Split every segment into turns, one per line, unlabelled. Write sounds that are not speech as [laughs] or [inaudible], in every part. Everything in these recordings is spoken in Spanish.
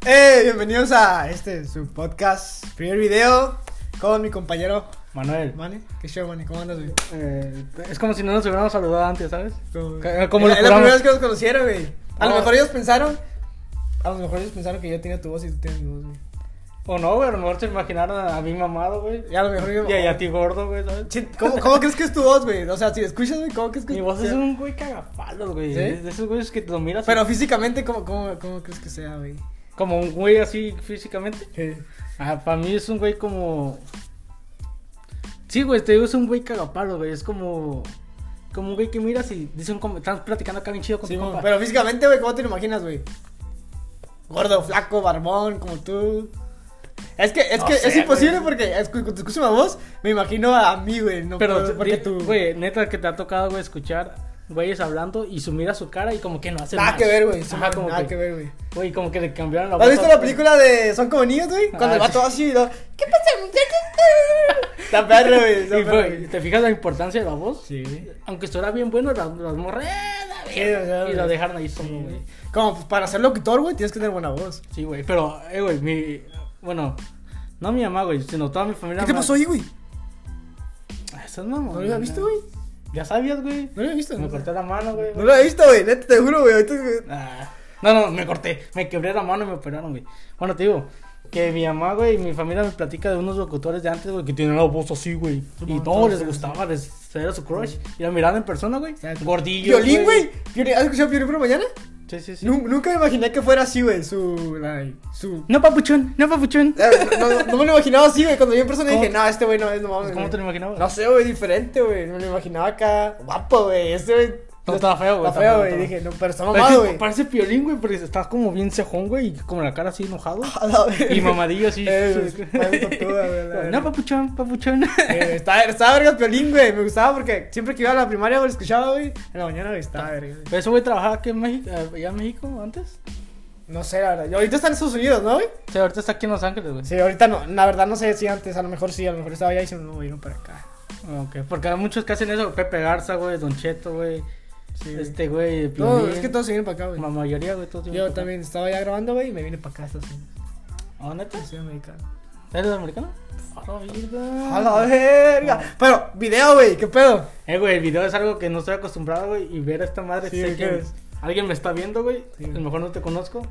¡Hey! Bienvenidos a este, su podcast, primer video con mi compañero
Manuel.
Mane. ¿Qué show, Mane? ¿Cómo andas, güey?
eh, es como si no nos hubiéramos saludado antes, ¿sabes?
¿Cómo-
Ca- como
es
los
la primera
programas.
vez que nos conocieron, güey. A lo
No.
mejor ellos pensaron, a lo mejor ellos pensaron que yo tenía tu voz y tú tienes mi voz, güey.
O no, güey, a lo mejor se imaginaron a a mí mamado, güey.
Y a lo mejor yo-
Y a, y a ti gordo, güey, ¿sabes?
Che, ¿Cómo, cómo crees que es tu voz, güey? O sea, si escuchas, güey, ¿cómo crees que
[laughs] Mi voz es
sea?
un güey cagapalos, güey.
¿Sí?
Es De esos güeyes que te lo miras
Pero físicamente, ¿cómo, cómo, cómo crees que sea, güey?
como un güey así físicamente. Ah, para mí es un güey como. Sí, güey, te digo, es un güey cagapalos, güey. Es como. Como un güey que miras y dice un com- Estás platicando acá bien chido con
Sí,
tu compa.
pero físicamente, güey, ¿cómo te lo imaginas, güey? Gordo, flaco, barbón, como tú. Es que, es
No
que es
sé,
imposible
güey.
porque es- cuando escucho mi voz, me imagino a mí, güey. No
Pero,
puedo, porque
di-
tú.
güey, neta que te ha tocado, güey, escuchar güeyes hablando y su mira su cara y como que no hace
nada
más.
que ver, güey. sí,
Ajá, como
Nada
que,
que ver, güey.
Güey, como que le cambiaron la voz.
¿Has visto
a-
la película de Son como niños, güey? Cuando
Ah,
el vato
sí.
va así y lo... ¿Qué pasa,
[laughs]
muchachos? Está perro, güey. está
Y,
perro,
güey, ¿te fijas la importancia de la voz?
Sí, güey.
Aunque estuviera bien bueno, las, las morras. "Eh, la
Sí,
verga",
o sea,
y
güey.
la dejaron ahí solo,
Sí, güey.
güey.
Como pues, para ser locutor, güey, tienes que tener buena voz.
Sí, güey, pero, eh, güey, mi. Bueno, no mi mamá, güey, sino toda mi familia.
¿Qué te
me-
pasó ahí, güey?
Ah, Estás mamón.
¿No lo había visto, güey?
Ya sabías, güey.
No lo había visto,
Me
no.
corté la mano, güey.
No lo había visto, güey. Neta, te juro, güey. ahorita que-
Ah, No, no, me corté. Me quebré la mano y me operaron, güey. Bueno, te digo, que mi mamá, güey, y mi familia me platica de unos locutores de antes, güey, que tienen la voz así, güey. Y
bueno,
no, les
entonces,
gustaba, les era su crush. Y la miraban en persona, güey.
sea,
Gordillo.
Violín, güey. Violín, ¿Has escuchado Violín por la mañana?
Sí, sí, sí.
Nu- Nunca me imaginé que fuera así, güey. Su. la-
[laughs]
su...
No, papuchón, no, papuchón.
Eh, No, no- no me lo imaginaba así, güey. Cuando vi en persona
¿Cómo
dije,
te-
no, este güey no es, no mames.
¿Cómo
güey".
te lo imaginabas?
No sé, güey, diferente, güey. No me lo imaginaba acá. Guapo, güey. Este güey.
No, estaba feo, güey,
Está
estaba
feo,
feo,
güey.
estaba
Dije, no, pero está
parece,
mamado, güey.
[laughs] parece piolín, güey, porque está como bien cejón, güey, y como la cara así enojado.
A la verga.
Y mamadillo así.
Eh,
[laughs]
güey, parece tortuga, güey, la
no,
verga.
papuchón, papuchón.
[laughs] Eh, Estaba estaba verga el violín, güey. Me gustaba porque siempre que iba a la primaria, güey, lo escuchaba, güey. En la mañana, güey, estaba verga. güey.
Pero ese güey trabajaba aquí en México, allá en México antes.
No sé, la verdad. Y ahorita está en Estados Unidos, ¿no, güey?
O sea, ahorita está aquí en Los Ángeles, güey.
Sí, ahorita no. La verdad no sé si antes, a lo mejor sí, a lo mejor estaba allá y se lo movieron para acá.
Ok, porque hay muchos que hacen eso, Pepe Garza, güey, Don Cheto, güey,
Sí, güey.
este güey,
No,
Piolín,
es que todos se vienen para acá, güey.
la mayoría, güey, todos
Yo también estaba ya grabando, güey, y me vine para acá a Estados Unidos.
¿Ah, neta?
Yo soy americano.
¿Eres americano? A la verga.
A la verga. Pero, video, güey, ¿qué pedo?
Eh, güey, el video es algo que no estoy acostumbrado, güey, y ver a esta madre,
Sí,
sé
¿qué
que
es?
alguien me está viendo, güey,
Sí.
a lo mejor no te conozco,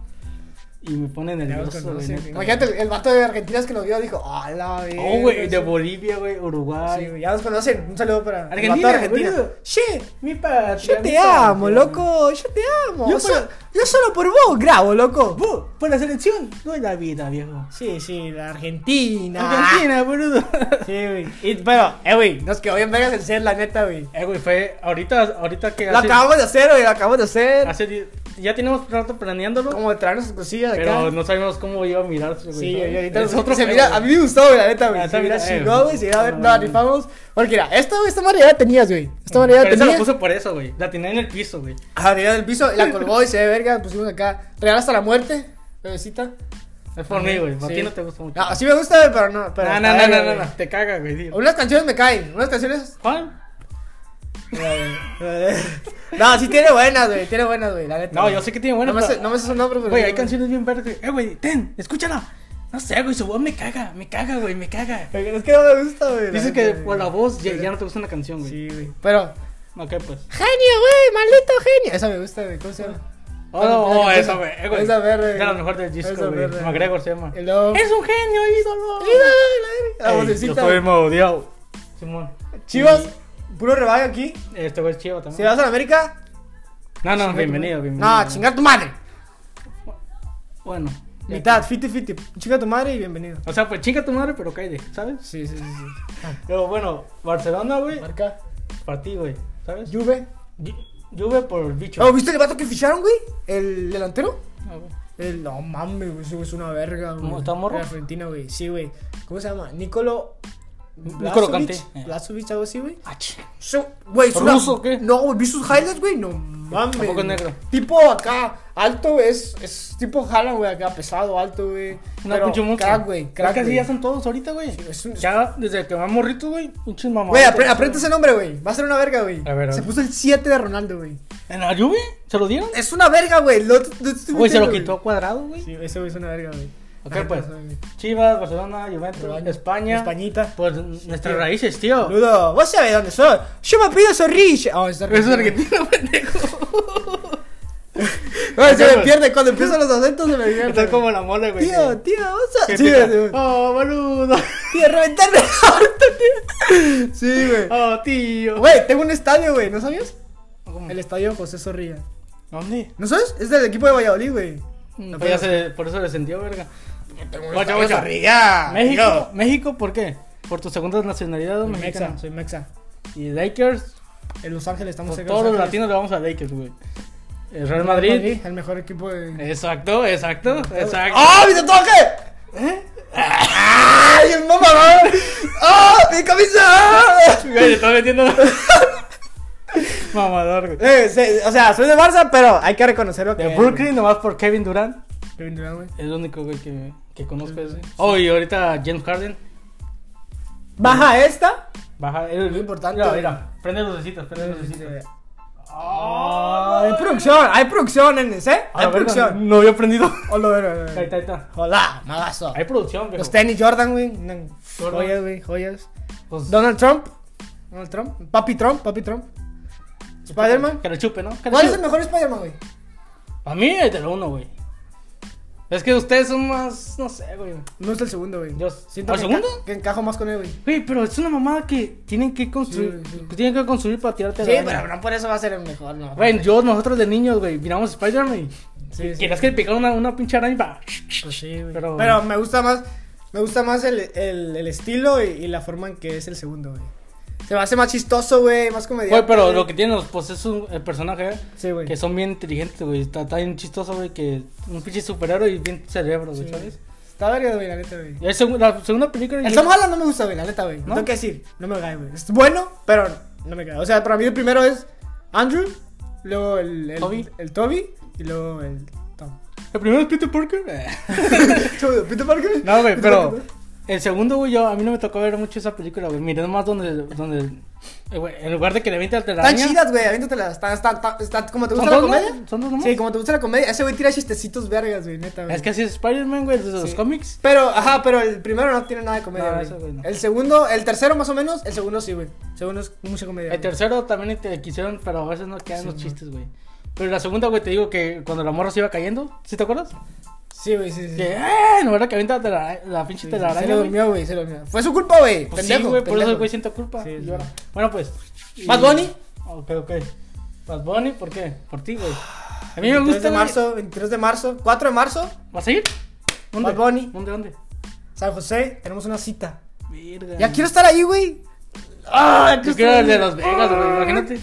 y me pone
Ya los
nervioso, güey,
conoces,
neta.
güey. Imagínate, el, el vato de Argentina que nos vio dijo, a la verga.
Oh, güey, de
sí.
Bolivia, güey, Uruguay.
Sí, güey, ya los conocen. Un saludo para el
Argentina,
vato de Argentina.
boludo.
Che,
Mi patria,
yo
mi
te amo,
patria.
loco. Yo te amo.
Yo
Yo, so-
por-
yo solo por vos grabo, loco.
Vos, por la selección, no es la vida, viejo.
Sí, sí, la Argentina.
Argentina, boludo.
Sí, güey. Y- Pero, eh, güey, nos quedó bien vergas el ser, la neta, güey.
Eh, güey, fue ahorita, ahorita que
Lo acabamos de hacer, güey, lo acabamos de hacer.
hace di- ya tenemos rato planeándolo,
Como de traernos sus cosillas de
pero
acá.
no sabíamos cómo iba a mirarse, güey.
Sí,
¿sabes?
y ahorita
es otro
se
pedo,
mira,
güey.
a mí me gustó, güey, la neta,
Ah,
güey. Se
está
mira
bien,
chingón,
eh,
güey, se mira, a ver,
no,
nos
no.
rifamos. Porque mira, esta, güey, esta madre ya la tenías, güey. Esta madre ya la
Pero esa la
tenías.
puse por eso, güey. La tenía en el piso, güey.
Arriba del piso, la colgó y se ve verga, pusimos acá. Real hasta la muerte, bebecita.
Es por mí, güey. A
Sí.
ti no te gusta mucho.
No, así me gusta, güey, pero no. Pero
no, no,
está
no,
verga,
no, no,
güey.
no, Te caga, güey. tío.
Unas canciones me caen, unas canciones.
¿Cuál?
no, sí tiene buenas, güey, tiene buenas, güey, la neta.
No,
güey.
yo sé que tiene buena.
no, me
pero-
sé, no me sé su nombre, pero.
Güey,
sí,
hay canciones bien verdes. Eh, güey, ten, escúchala. No sé, güey, su voz me caga, me caga, güey, me caga.
Es que no me gusta, güey. la
Dices
neta,
que
güey.
por la voz ya, ya no te gusta una canción, güey.
Sí, güey. Pero,
Ok, pues.
Genio, güey, maldito genio. Esa me gusta, güey. ¿Cómo se llama?
Oh, no,
Bueno,
oh,
esa-
esa, güey. eh, güey.
esa verde,
De la
güey.
mejor del disco,
Esa
güey.
verde.
McGregor se llama.
eh. El lobo.
Es un genio, ídolo.
La
Ey, yo
vocecita.
estoy modo odiado. Simón.
Chivas, puro rebaño aquí.
Y Este güey es chivo
Si
también.
vas a la América,
No, no,
chinga tu
bienvenido,
madre.
bienvenido.
No, Ah, chinga tu madre.
Bueno. ya.
Mitad, fiti, fiti. Chinga tu madre y bienvenido.
O sea, pues chinga tu madre, pero cállate, ¿sabes?
Sí, sí, sí. sí.
Pero bueno, Barcelona, güey.
Marca.
Para ti, güey. ¿Sabes?
Juve.
Ju- Juve por el bicho.
Oh, ¿viste el vato que ficharon, güey? El delantero.
Ah, güey.
El, no mames, güey, ese güey es una verga, güey.
¿Está morro?
De Argentina, güey. Sí, güey. ¿Cómo se llama? Nicolo.
Nicolo
Blazovic,
Kanté.
Blazovic, algo así, güey.
Ah, ch-
Su- Güey, es una-
¿Ruso o qué?
No, güey, vi sus highlights, güey. No mames.
Tampoco es negro.
Tipo acá, alto es, es tipo Haaland, güey, acá pesado, alto, güey.
Una pinche
Pero
monstruo.
crack, güey,
Es
crack,
que así
güey.
ya son todos ahorita, güey.
es un-
Ya desde que van morritos, güey. Pinches mamados.
Güey, apre- aprieta ese nombre, güey. Va a ser una verga, güey.
A ver, a
Se
ver.
puso el 7 de Ronaldo, güey.
¿En la lluvia? ¿Se lo dieron?
Es una verga, güey. Lo- lo- estoy
Güey, se lo
mintiendo,
quitó a cuadrado, güey.
Sí, ese güey es una verga, güey.
Ok,
Ajá,
pues.
güey.
Chivas, Barcelona, Juventus,
España.
España.
Españita.
Por nuestras raíces, tío.
Ludo, vos sabés dónde soy. Yo me pido zorrilla. Ah, es
Eso es argentino, [laughs] pendejo.
Güey, se me
Hacemos.
pierde. Cuando empiezan los acentos se me
Estás
pierde.
pues. como la mole, güey.
Tío, tío, vos
Que
sabés. Sí,
empieza,
güey.
Oh, boludo. [laughs]
Tío, reventarme el orto, tío. Sí, güey.
Oh, tío.
Güey, tengo un estadio, güey. ¿No sabías?
¿Cómo?
El estadio José Zorrilla.
¿Dónde?
¿No sabes? Es del equipo de Valladolid, güey.
Pues ya se- por eso le sentió, verga.
Tengo
Guacha, guacha.
Zorrilla.
México,
Yo.
México, ¿por qué? Por tu segunda nacionalidad
Soy
mexicana.
Mexa, soy Mexa.
Y Lakers,
En Los Ángeles estamos
por
cerca de
todos los
Ángeles.
latinos le vamos a Lakers, güey. El Real Madrid.
El mejor equipo de.
Exacto, exacto, exacto.
¡Ah, mi tatuaje! ¡Ay, el mamá! ¡Ah, mi camisa! ¡Ah!
Güey, le está metiendo. [laughs] Mamador, güey.
[laughs] Eh, se- o sea, soy de Barça, pero hay que reconocerlo que...
De Brooklyn, nomás por Kevin Durant.
Kevin Durant, güey.
Es el único, güey, que, que conozco ese. Oh, y ahorita James Harden.
Baja esta.
Baja. eh,
Lo importante,
Mira,
güey.
mira. Prende lucecitas, prende lucecitas.
Ah, hay producción, hay producción, nenes, ¿eh?
Ah,
Hay
verga,
producción.
No había prendido.
[laughs] Hola, hola, hola,
Ahí está, ahí está.
Hola, magazo.
Hay producción, viejo.
Los tenis Jordan, güey. no,
Jordan.
Joyas, güey, joyas.
Pues-
Donald Trump. Donald Trump. Papi Trump, papi Trump. Spider-Man.
Que le chupe, ¿no? Que le
¿Cuál es
chupe.
el mejor Spider-Man, güey?
A mí es del uno, güey. Es que ustedes son más, no sé, güey.
No es el segundo, güey.
Yo-
siento
¿Al
que
segundo?
enca- que encajo más con él, güey.
Güey, pero es una mamada que tienen que construir,
Sí, sí.
que tienen que construir para tirarte
Sí,
la
pero
verga.
no por eso va a ser el mejor, no.
Güey, yo, nosotros de niños, güey, miramos Spider-Man.
Sí, sí.
Querías que le picara una, una pinche araña y pa-
Pues sí, güey. Pero,
Pero-
me gusta más, me gusta más el, el, el estilo y, y la forma en que es el segundo, güey. Se me hace más chistoso, güey, más comediante.
Güey, pero lo que tienen los, pues es un el personaje, ¿eh?
Sí, güey.
Que son bien inteligentes, güey. Está está bien chistoso, güey, que un pinche superhéroe y bien cerebro, güey,
Sí.
¿sabes?
Está verga, güey, la neta, güey.
Y el seg- la segunda película...
El Tom Holland no me gusta, güey, la neta, güey. ¿No?
¿No?
Tengo que decir, no me cae, güey. Es bueno, pero no me cae. O sea, para mí el primero es Andrew, luego el, el,
Toby.
el Toby y luego el Tom. [laughs]
El primero es Peter Parker. Eh.
Chudo, ¿Peter Parker?
[laughs] No, güey,
¿Peter [laughs]
pero
Parker?
el segundo, güey, yo, a mí no me tocó ver mucho esa película, güey. Miré nomás donde, donde, eh, güey, en lugar de que le aviente la telaraña.
Están chidas, güey, aviéntatelas. Está, está, está, está- como te
¿Son
gusta la
dos, no?
comedia.
¿Son dos nomás?
Sí, como te gusta la comedia. Ese güey tira chistecitos vergas, güey, neta, güey.
Es que así es Spider-Man, güey, desde los
Sí.
cómics.
Pero, ajá, pero el primero no tiene nada de comedia,
No,
güey.
ese güey no.
El segundo, el tercero más o menos, el segundo sí, güey. El segundo es mucha comedia.
El
güey.
tercero también te quisieron, pero a veces no quedan
Sí,
los
no.
chistes, güey. Pero la segunda, güey, te digo que cuando la morra se iba cayendo, ¿sí te acuerdas?
Sí, güey, sí, sí.
Que, ¡eh! En lugar de que avienta la, tela- la pinche
Sí,
telaraña,
se lo
güey.
durmió, güey, se lo durmió. Fue su culpa, güey.
Pues sí,
pendejo,
güey, por eso
pendejo.
el güey siente culpa.
Sí,
y
sí.
llora. Bueno, pues. y-
Bad Bunny.
Ok, ok. Bad Bunny, ¿por qué? Por ti, güey. A mí me
23
gusta.
de
güey.
marzo, 23 de marzo, 4 de marzo,
¿Vas a ir?
Bad Bunny.
¿Dónde, dónde?
San José, tenemos una cita.
Verga.
Ya quiero estar ahí, güey.
Ah, yo quiero
estoy-
el de Las Vegas, güey, imagínate.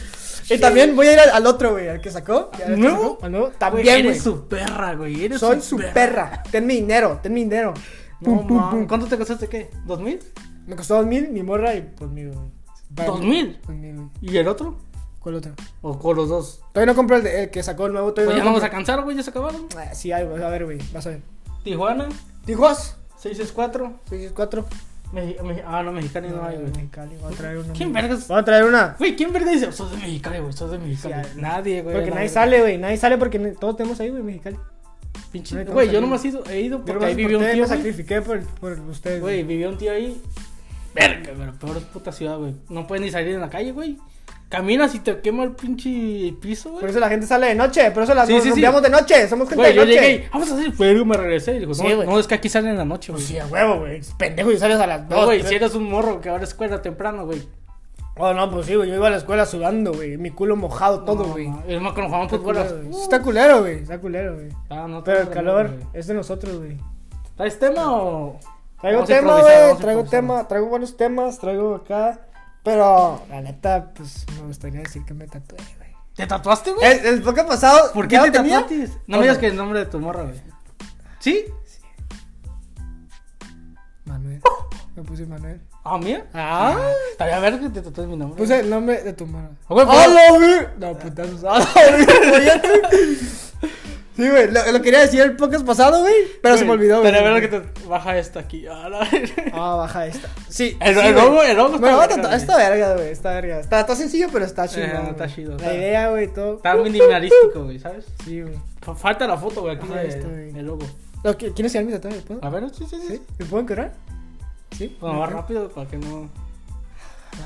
Y también voy a ir al, al otro, güey, al que sacó. Ya ves que
¿Nuevo?
sacó, al nuevo.
Ah,
También,
Güey,
güey.
Eres su perra, güey. Eres
Soy su perra. Ten mi dinero, ten mi dinero. Pum, pum, pum.
¿Cuánto te costaste qué? ¿Dos mil?
Me costó dos mil, mi morra y pues mi güey.
¿Dos mil?
Dos mil, güey.
¿Y el otro?
¿Cuál otro?
¿O con los dos?
Todavía no compré el, de- el que sacó el nuevo. Todavía
Pues ya
no
no vamos a cansar, güey, ya se acabaron.
Ah, sí, algo. A ver, güey, vas a ver.
Tijuana,
Tijuas,
664.
664.
Mexi- Meji- ah, no, Mexicali no hay, güey.
Mexicali, voy a traer una.
¿Quién
güey.
vergas?
Voy a traer una.
Güey, ¿quién verga dice? Sos de Mexicali, güey, sos de Mexicali.
Sí,
nadie, güey.
Porque
la
nadie
verga.
sale, güey. Nadie sale porque ne- todos tenemos ahí, güey, Mexicali.
Pinche.
Nadie te
Güey,
va a
yo
salir.
nomás he ido, he ido
Yo
porque
nomás
ahí vivió un
ustedes
tío.
me
güey.
sacrifiqué por, por ustedes.
Güey, vivió un tío ahí. Verga, pero peor puta ciudad, güey. No puedes ni salir en la calle, güey. Caminas y te quema el pinche piso,
Por
güey.
eso la gente sale de noche. Por eso las
Sí,
nos
sí, sí.
rodeamos de noche. Somos gente
Güey,
de
yo
noche.
llegué y vamos a hacer fuego me regresé. Y dijo,
Sí,
no,
güey.
no, es que aquí salen en la noche, güey.
Pues sí, a huevo, güey. Es Pendejo, y sales a las
no,
dos.
güey,
tres.
si eres un morro que ahora es escuela temprano, güey.
Oh, no, pues sí, güey. Yo iba a la escuela sudando, güey. Mi culo mojado todo,
No,
güey.
no, Es más cuando jugamos
Está
fútbol.
culero, güey.
uh,
Está culero, güey. Está culero, güey.
ah, no,
Pero el
no,
calor
güey.
es de nosotros, güey.
¿Traes tema o.?
Traigo
Vamos a
tema,
improvisar,
güey.
vamos a
Traigo
improvisar.
tema, traigo buenos temas, traigo acá. Pero, la neta, pues me gustaría decir que me tatué, güey.
¿Te tatuaste, güey?
El, el podcast pasado.
¿Por qué
¿ya
te
lo tenía?
tatuaste? No
¿O
me digas que el nombre de tu morra, güey. ¿Sí?
[laughs] Manuel. Me puse Manuel.
Ah, mía.
Ah.
Estaría ver que te tatué mi nombre.
Puse el nombre de tu mano.
Ah, güey, pero-
¡Hola, güey! No,
[laughs]
putazos.
Ah,
¡Hola, güey! Sí, güey, lo, lo quería decir el podcast pasado, güey, pero se me
Güey,
olvidó, güey.
Estaría ver que te baja esta aquí. Ah, la verga.
Ah, baja esta. Sí,
[laughs] El-
sí, güey.
el logo- el logo
Me
está
lo voy a
verga,
tatuar.
güey.
Está verga, güey, está verga. Está, está sencillo, pero está chido.
Eh,
güey.
está chido,
La
está-
idea, güey, todo. [laughs]
Está minimalístico, güey, ¿sabes?
Sí, güey.
Fa- Falta la foto, güey, aquí
Ah,
de-
está bien.
el logo.
Lo que- ¿Quieres llegar mi tatuaje? ¿Puedo?
A ver, sí, sí, sí.
¿Sí? ¿Me puedo encuadrar? ¿Sí?
Ah. Bueno, más rápido para que no.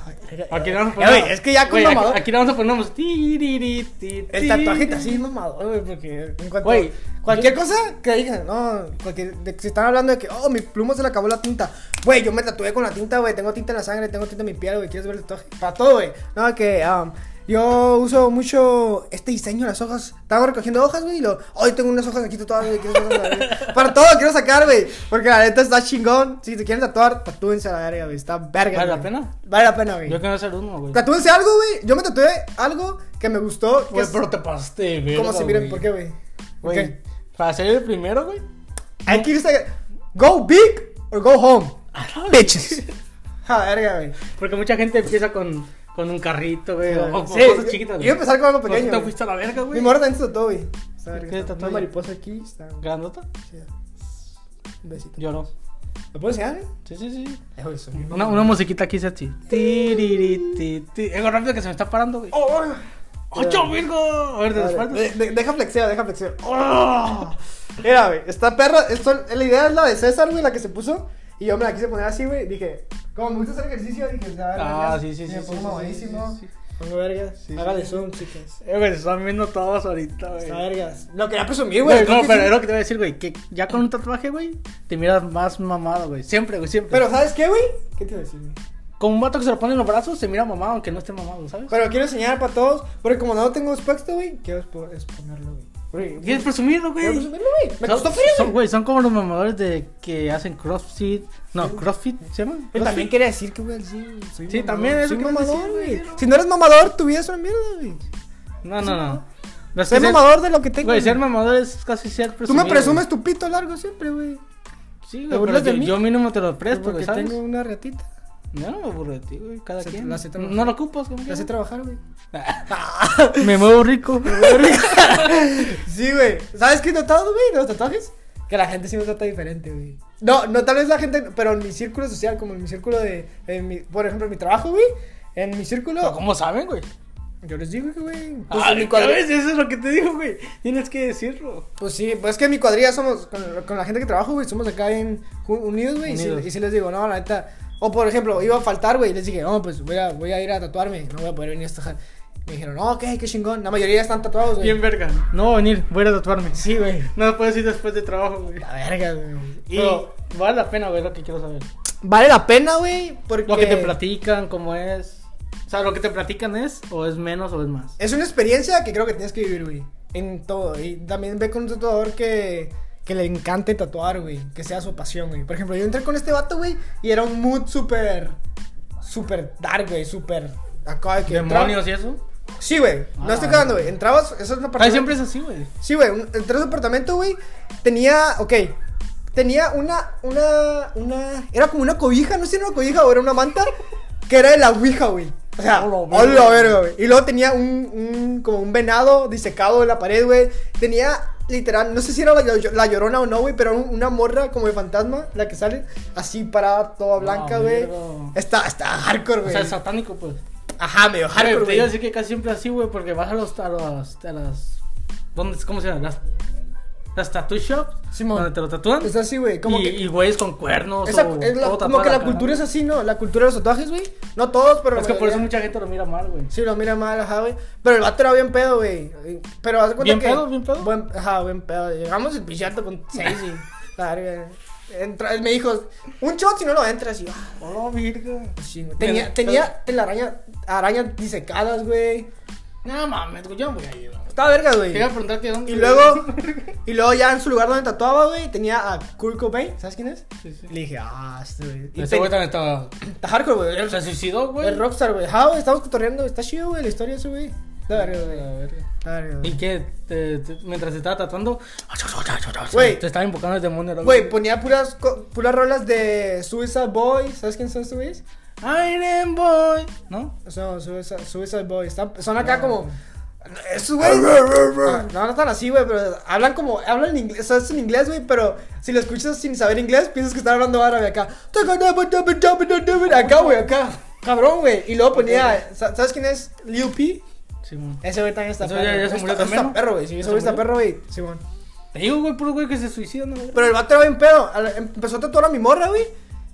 Aquí
Aquí
le vamos a
Eh, güey, es que ya con
Güey, aquí-
mamador.
Aquí le vamos a poner unos ti, ri, ri, ti, ti.
El tatuaje está así mamador, güey, porque en cuanto
Güey,
cualquier cosa que digan, no, cualquier, de, si están hablando de que, oh, mi pluma se le acabó la tinta, güey, yo me tatué con la tinta, güey, tengo tinta en la sangre, tengo tinta en mi piel, güey, ¿quieres ver el tatuaje? Para todo, güey. No, que um, yo uso mucho este diseño de las hojas, estaba recogiendo hojas, güey, y lo, hoy tengo unas hojas aquí tatuadas, güey, ¿quieres ver el tatuaje?" Para todo, quiero sacar, güey, porque la neta está chingón. Si te quieren tatuar, tatúense a la verga, güey, está verga.
¿Vale la
güey.
pena?
Vale la pena, güey.
Yo quiero hacer uno, güey.
Tatúense algo, güey. Yo me tatué algo que me gustó. Que
Güey,
es-
pero te pasaste, güey.
¿Cómo se miren? ¿Por qué, güey? ¿Por
Güey,
qué?
para ser el primero, güey.
Hay que irse. Go big or go home.
[laughs]
Bitches. Ja, verga, güey.
Porque mucha gente empieza con, con un carrito, güey. O, o
Sí,
cosas
yo-
chiquitas,
yo
güey.
iba a empezar con algo pequeño,
Te
güey.
fuiste a la verga, güey.
Mi morra también se tatuó, güey. Está verga,
¿Qué
está-
tatuaje?
Una mariposa aquí. Está
¿Grandota?
chida. Un besito.
Lloró.
¿Lo puedes enseñar, güey?
Sí, sí, sí.
Eh, güey, soy-
Una, una musiquita aquí, Sachi. Tiriri, ti, ti. Eh, güey, rápido que se me está parando, güey.
¡Oh!
¡Ocho, Virgo! A ver, de
Vale,
espalda.
de- de- deja flexeo, deja flexeo. ¡Oh! Mira, güey, esta perra, el sol- la idea es la de César, güey, la que se puso. Y yo me la quise poner así, güey. Dije, como me gusta hacer ejercicio, dije, se va a ver
Ah,
vergas,
sí, sí,
y
sí,
Me
sí,
pongo
sí, sí,
mamadísimo.
sí,
Pongo vergas.
Sí,
Hágale
sí.
zoom, chicas.
Eh, güey, se están viendo todos ahorita, güey.
Está vergas. Lo quería presumir, güey.
Güey,
creo
no,
que
pero
sí.
es lo que te voy a decir, güey. Que ya con un tatuaje, güey, te miras más mamado, güey. Siempre, güey, siempre.
Pero, ¿sabes qué, güey? ¿Qué te iba a decir, güey?
con un vato que se lo pone en los brazos, se mira mamado, aunque no esté mamado, ¿sabes?
Pero quiero enseñar para todos, porque como no tengo texto, güey, quiero expo- exponerlo, güey. Porque-
¿Quieres presumirlo,
Quiero
güey?
presumirlo, güey. Me
Son-
costó frío,
son,
güey.
güey. Son como los mamadores de que hacen crossfit. No, crossfit, ¿se llama?
Pero también
Crossfit.
quería decir que, güey, sí, soy
Sí,
mamador.
también es lo
soy
que quería
mamador,
decir,
güey.
güey.
Si no eres mamador, tu vida es una mierda, güey.
No, no, no. No, es que
Ser
ser-
mamador de lo que tengo.
Güey, ser
güey.
mamador es casi ser
Tú
presumido.
me presumes tu pito largo siempre, güey.
güey. Sí,
¿Te
güey,
burlas
pero
de
yo,
mí?
yo mínimo te lo presto,
Porque
güey, ¿sabes?
tengo una ratita.
No, no me burlo de ti, güey. Cada
Se-
quien.
la sé trabajar.
No lo ocupas, como
La sé
quieras.
trabajar, güey. [laughs]
Me muevo rico.
sí, güey. ¿Sabes qué he notado, güey? de Los tatuajes. Que la gente sí me trata diferente, güey. No, no tal vez la gente, pero en mi círculo social, como en mi círculo de, en mi- por ejemplo, en mi trabajo, güey. En mi círculo,
Pero ¿Cómo saben, güey?
Pues, yo les digo que, güey. Pues,
Ah,
en mi cuadri-
¿sabes? Eso es lo que te digo, güey. Tienes que decirlo.
pues sí, pues es que en mi cuadrilla somos, con, con la gente que trabajo, güey, somos acá en unidos, güey. Y, sí,
Unidos.
y sí les digo, no, la neta. O por ejemplo, iba a faltar, güey, y les dije, no, pues voy a, voy a ir a tatuarme, no voy a poder venir a esta. Me dijeron, no, ok, qué chingón. La mayoría están tatuados, güey.
Bien verga. No voy a venir, voy a ir a tatuarme.
Sí, güey.
No puedes ir después de trabajo, güey.
La verga, güey.
Y
Pero
vale la pena, güey, lo que quiero saber.
vale la pena, güey, porque
Lo que te platican, cómo es. O sea, lo que te platican es o es menos o es más.
es una experiencia que creo que tienes que vivir, güey. En todo. Y también ve con un tatuador que, que le encante tatuar, güey. Que sea su pasión, güey. Por ejemplo, yo entré con este vato, güey, y era un mood súper. Súper dark, güey. Súper. Acá de que. entraba-
Demonios y eso.
Sí, güey. No
Ah.
estoy cagando, güey. Entrabas, eso es una
Ay, siempre es así, güey.
Sí, güey, un- entré a su apartamento, güey. Tenía, ok, tenía una, una, una, era como una cobija, no sé si era una cobija o era una manta, que era de la ouija, güey. O sea,
Hola,
hola,
verga.
verga, güey. Y luego tenía un, un, como un venado disecado en la pared, güey. Tenía, literal, no sé si era la, la llorona o no, güey, pero un- una morra como de fantasma, la que sale así parada, toda blanca, güey.
verga.
Está, está hardcore,
O
güey.
sea, es satánico, pues.
Ajá, medio
Güey,
hardcore,
te iba
güey.
a decir que casi siempre así, güey, porque vas a los. A las, a las ¿dónde, ¿Cómo se llama? Las, las tattoo shops.
Simón.
Donde te lo tatúan.
Es así, güey, como
y,
que...
y güeyes con cuernos.
Esa-
o
es la- como
todo tatuado
que la
acá.
cultura es así, ¿no? La cultura de los tatuajes, güey. No todos, pero. la
Es que por eso
mayoría.
mucha gente lo mira mal, güey.
Sí, lo mira mal, ajá, güey. Pero el vato era bien pedo, güey. Pero haz de cuenta
¿Bien
que.
pedo, bien pedo?
Buen, ajá, bien pedo. Llegamos el pichato con seis y. [laughs] la verga. Entra, él me dijo, un shot si no lo entras. Y yo, ah,
Oh, virga.
sí, güey. Tenía, tenía telaraña, arañas disecadas, güey.
No mames, güey, yo no voy a ir. güey.
Estaba verga, güey.
Te iba a preguntarte dónde.
Y
[laughs]
luego, y luego ya en su lugar donde tatuaba, güey, tenía a Kurt Cobain. ¿Sabes quién es?
Sí, sí.
Y Le dije, ah, este, güey. Y
Ese güey
ten-
también estaba.
Está hardcore, güey.
Se suicidó, güey.
El Rockstar, güey. How, estamos cotorreando. Está chido, güey, la historia de ese, güey. Está verga, güey.
A ver.
Está verga,
¿Y
güey.
que mientras se estaba tatuando,
Güey.
te estaba invocando el demonio. ¿no?
Güey, ponía puras, co- puras rolas de Suicide Boys. ¿Sabes quién son Suicide?
Iron Boy. ¿No?
No, Suicide, Suicide Boys. Están- son acá
No. Ah,
como. Esos güey. Ah, No, no están así, güey, pero hablan como. Hablan en inglés. O sea, es en inglés, güey, pero si lo escuchas sin saber inglés, piensas que están hablando árabe acá. Acá, güey, acá. Cabrón, güey. Y luego ponía. ¿sa- ¿Sabes quién es Liu P?
Sí, güey.
Ese güey también está
Ese
perro.
ya- ya se murió
Está-
también,
está
¿no?
perro, güey. Sí,
¿Ya
ese
se
güey está
murió?
perro, güey. Simón.
Te digo, güey, puro güey que se suicida, ¿no?
Pero el vato era bien pedo. a la- em- Empezó a tatuar a mi morra, güey.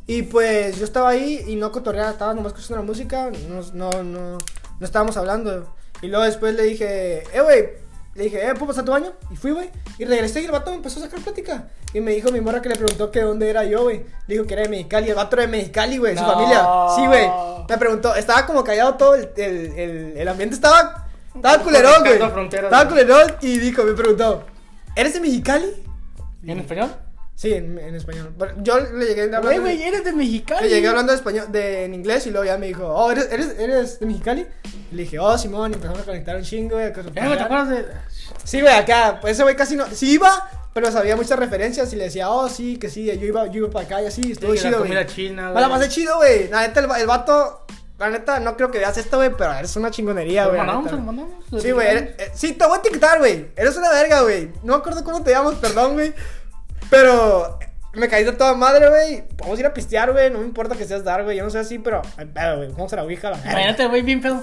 Y pues yo estaba ahí y no cotorreaba, estaba nomás escuchando la música. No, no, no, no estábamos hablando. Y luego después le dije, eh, güey. Le dije, eh, ¿puedo pasar tu baño? Y fui, güey. Y regresé y el vato me empezó a sacar plática. Y me dijo mi morra que le preguntó que dónde era yo, güey. Le dijo que era de Mexicali. El vato era de Mexicali, güey. Su
No.
familia. Sí, güey. Me preguntó, estaba como callado todo. El, el, el, el ambiente estaba. Estaba culerón, güey.
Marcando fronteras,
Estaba
güey.
culerón. Y dijo, me preguntó, ¿eres de Mexicali?
¿En español?
Sí, en, en español. Pero yo le llegué hablando.
Güey, güey, eres de Mexicali.
le llegué hablando de español, de, en inglés y luego ya me dijo, oh, ¿eres, eres, eres de Mexicali? Y le dije, oh, Simón, y empezamos a conectar un chingo. güey, a cosas
Eh, güey, ¿te
acá.
acuerdas de...?
Sí, güey, acá. Pues ese güey casi no. Sí iba, pero sabía muchas referencias y le decía, oh, sí, que sí, yo iba, yo iba para acá y así. Estuvo
Sí, la
chido, güey.
comida china,
Mala,
güey.
más de chido, güey. La neta, el, va- el vato. La neta, no creo que veas esto, güey, pero eres una chingonería,
Lo
güey. la
Pues mandamos,
neta.
lo mandamos.
Sí, güey. eres- eh, sí, te voy a etiquetar, güey. Eres una verga, güey. No me acuerdo cómo te llamas, perdón, güey. Pero eh, me caí de toda madre, güey. Vamos a ir a pistear, güey. No me importa que seas dar, güey. Yo no sé así, pero. Ay, pedo, güey. Vamos a la ouija, la verga.
Imagínate, güey, bien pedo.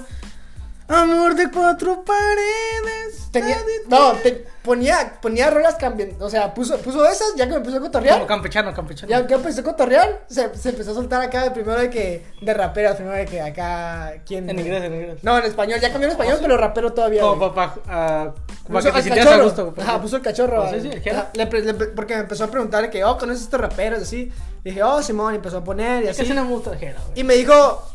Amor de cuatro paredes.
Tenía-
nadie te-
no, te ponía, ponía rolas cambiando. O sea, puso, puso esas, ya que me empezó a
Como
cotorrear.
campechano, campechano.
Ya que empezó a cotorrear, se, se empezó a soltar acá de primero de que. De raperas, primero de que acá. ¿Quién?
En inglés, en inglés.
No, en español. Ya cambió en español, pero rapero todavía. güey.
Como papá, ah, como para que
al
te sintieras a
cachorro.
gusto. güey.
Ajá, puso el cachorro.
Ah, sí, sí,
al-
¿qué era?
ajá, le pre- le pre- porque me empezó a preguntar que, oh, ¿conoces estos raperos? Así. Y dije, oh, Simón, y empezó a poner y
Es que
así.
suena muy extranjero, güey.
Y me dijo,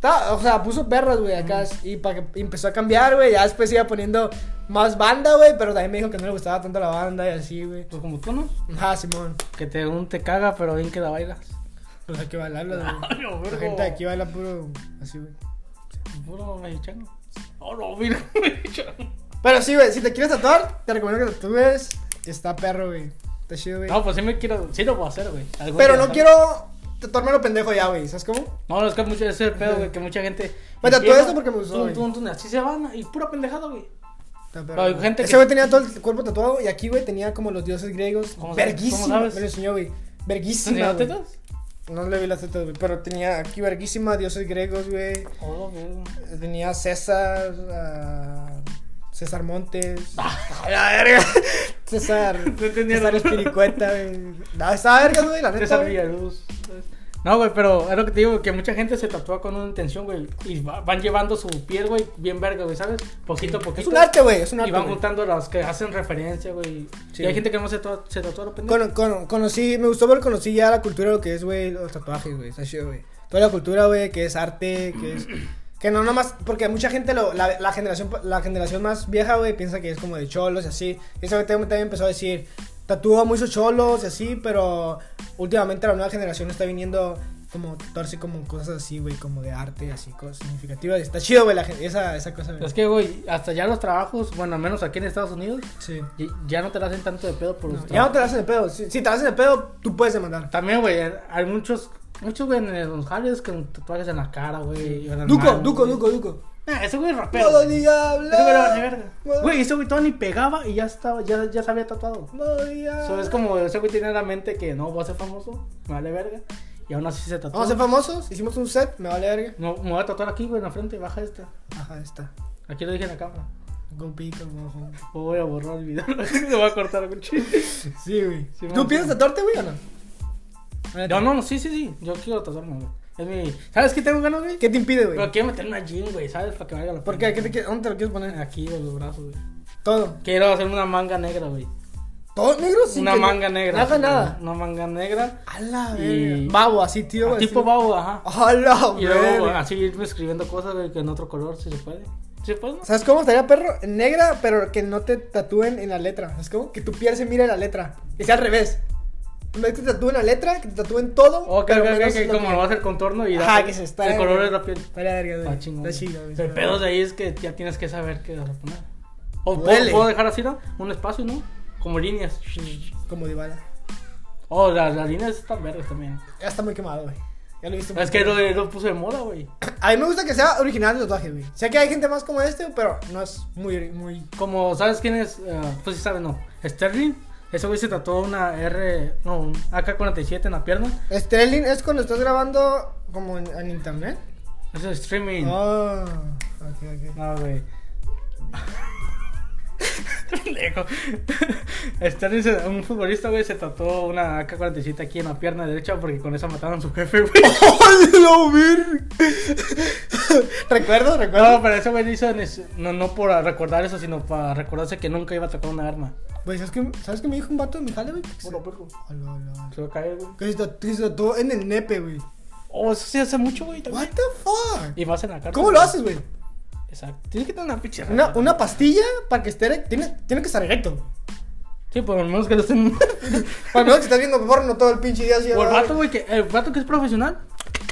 ta- o sea, puso perros, güey, acá. Y, pa' que- y empezó a cambiar, güey. Ya después iba poniendo más banda, güey. Pero también me dijo que no le gustaba tanto la banda y así, güey.
Pues como tú, ¿no?
Ajá, Simón.
Que te, un te caga, pero bien que la bailas.
Pues hay que bailarlo,
[laughs] Ay, no,
güey. La
vergo.
gente de aquí baila puro así, güey.
Puro mexicano. Oh, no, mira, [laughs] mexicano.
Pero sí, güey, si te quieres tatuar, te recomiendo que te tatúes. Está perro, güey. Está chido, güey.
No, pues sí me quiero, sí lo voy a hacer, güey. Algún
pero
día,
no
¿sabes?
quiero tatuarme lo pendejo ya, güey. ¿Sabes cómo?
No, no, es que mucho, ese es el pedo, güey, que mucha gente.
Me tatué
empieza,
esto porque me gustó,
tun, tun, tun, así se van, y pura pendejada, güey.
Está
Pero hay gente
Ese
que-
güey tenía todo el cuerpo tatuado y aquí, güey, tenía como los dioses griegos.
¿Cómo sabes?
Verguísima.
¿Cómo sabes?
Me lo enseñó, güey.
¿Te
Verguísima.
las
güey.
tetas?
No le vi las tetas, güey. Pero tenía aquí verguísima, dioses griegos, güey.
Oh, güey.
Tenía César. ah, César Montes. [laughs]
A la verga.
César.
Ah. No entendía
César
nada.
Espiricueta, güey. No, estaba verga, güey, la neta.
César
güey.
Villaluz. ¿sabes? No, güey, pero es lo que te digo, que mucha gente se tatúa con una intención, güey. Y va- van llevando su piel, güey, bien verga, güey, ¿sabes? Poquito a poquito.
Es un arte, güey. Es un
Y
arte.
van
güey.
juntando las que hacen referencia, güey.
Sí.
Y hay gente que no se tatúa, se tatúa lo pendejo.
Con, con- conocí, me gustó porque conocí ya la cultura de lo que es, güey, los tatuajes, güey, está chido, güey. Toda la cultura, güey, que es arte, que
[clears throat]
es... Que no nomás, porque mucha gente, lo- la, la generación, la generación más vieja, güey, piensa que es como de cholos y así. Y ese güey también también empezó a decir, tatúa muchos cholos y así, pero últimamente la nueva generación está viniendo como tatuarse como cosas así, güey, como de arte, así, cosas significativas. Está chido, güey, la gen- esa, esa cosa, güey.
Es que, güey, hasta ya los trabajos, bueno, al menos aquí en Estados Unidos,
Sí.
y- ya no te la hacen tanto de pedo por los
No, ya no
trabajos.
te la hacen de pedo. Si, si te la hacen de pedo, tú puedes demandar.
También, güey, hay muchos, muchos, güey, en los jales con tatuajes en la cara, güey. y en las
Duco,
manos,
duco,
güey.
duco, duco.
Nah, ese güey es rapero.
Modo
güey.
diablo.
Ese güey era vale verga.
Modo-
Güey, ese güey todavía ni pegaba y ya estaba, ya, ya se había tatuado.
modo diablo.
So, es como ese güey tiene en la mente que no, voy a ser famoso, me vale verga. Y aún así se tatúa.
Vamos a ser famosos. Hicimos un set. Me vale verga.
No, me voy a tatuar aquí, güey, en la frente, baja esta.
Ajá, ahí está.
Aquí lo dije en la cámara.
Go big or go home.
Voy a borrar el video, [laughs] lo voy a cortar con chiste.
Sí, güey. ¿Tú
Sí, vamos.
piensas tatuarte, güey, o no?
No, no, sí, sí, sí, yo quiero tatuarme, güey. Es mi... ¿Sabes qué tengo ganas, güey?
¿Qué te impide,
Pero
güey?
quiero meter una jean, güey, ¿sabes? Para que valga la
¿Por
pena.
qué? ¿Qué te quieres- ¿Dónde te lo quieres poner?
Aquí, en los brazos, güey.
Todo.
Quiero hacerme una manga negra, güey.
¿Todo negro? Sí.
Una
que-
manga negra.
Nada,
sí,
nada.
Una manga negra.
A la
Y- Ah,
verga. Babo, así, tío. güey,
tipo
así.
babo, ajá.
A la
Y luego ah.
verga.
así irme escribiendo cosas, güey, que en otro color, si se puede. ¿Sí se puede? no?
¿Sabes cómo estaría perro? Negra, pero que no te tatúen en la letra. ¿Sabes cómo? Que tu piel se mire en la letra. Que sea al revés. No es que te tatúen la letra, que te tatúen todo.
Ok,
pero
ok, ok,
menos
que
la
como
piel.
lo hace el contorno y
Ajá,
da
que se está.
el color de la piel.
Está la verga, güey.
Ah, chingón.
Está chido, güey.
El pedo de ahí es que ya tienes que saber qué vas a poner. O puedo-
Duele.
puedo, dejar así, ¿no? Un espacio, ¿no? Como líneas.
Como de bala.
Oh, las, las líneas están verdes también.
Ya está muy quemado, güey. Ya lo he visto.
Es que lo, lo puso de moda, güey.
A mí me gusta que sea original el tatuaje, güey. Sé que hay gente más como este, pero no es muy, muy.
Como, ¿sabes quién es? Eh, pues sí sabes, no. Sterling. Ese güey se tatuó una R, no, un AK-47 en la pierna.
Sterling es cuando estás grabando como en, en internet.
Eso es streaming.
Oh, ok,
[laughs]
ok.
No, güey. Pendejo. Sterling, se- un futbolista, güey, se tatuó una AK-47 aquí en la pierna derecha porque con esa mataron a su jefe, güey.
¡Ay, la verga! [laughs] recuerdo, recuerdo.
No, pero ese güey lo hizo en es- no, no por recordar eso, sino para recordarse que nunca iba a tocar una arma.
Güey, ¿sabes qué, ¿sabes qué me dijo un vato de mi jale, güey? Que se-
Bueno, perro.
Aló, aló, aló.
Se lo cae, güey.
Que se tatu- que se tatuó en el nepe, güey.
Oh, eso sí hace mucho, güey. también.
What the fuck?
Y vas en la cárcel.
¿Cómo lo haces, güey?
Exacto. Tienes que tener una pinche
Una,
regla.
una pastilla para que esté. re- Tiene, tiene que estar recto.
Sí, por lo menos que
[laughs]
lo estén.
Para no, si estás viendo porno todo el pinche día así.
o el
ay,
vato, güey, que, eh, el vato que es profesional.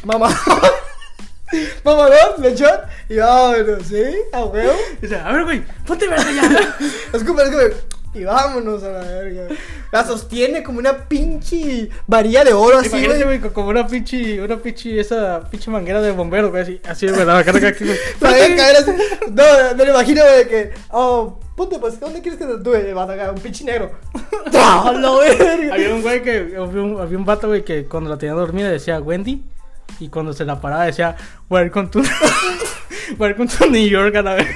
Mamá. [laughs] Mamadón, lechón. Y vámonos, ¿sí? A huevo.
Dice, a ver, güey, ponte
[laughs]
verde ya.
Es como, es como. Y vámonos a la verga. La sostiene como una pinche varilla de oro así,
Imagínate,
güey.
güey, co- como una pinche, una pinche, esa pinche manguera de bombero, güey, así, así, güey, la carga aquí, güey.
La deja caer así. No, me lo imagino, güey, que. Oh, ponte, pues, ¿dónde quieres que te tatúe? Le va a tocar un pinche negro. [laughs] ¡Ah, la verga!
Había un güey que, había un, había un vato, güey, que cuando la tenía dormida decía Wendy, y cuando se la paraba decía, welcome to, [laughs] welcome to New York, a
[laughs]
la vez.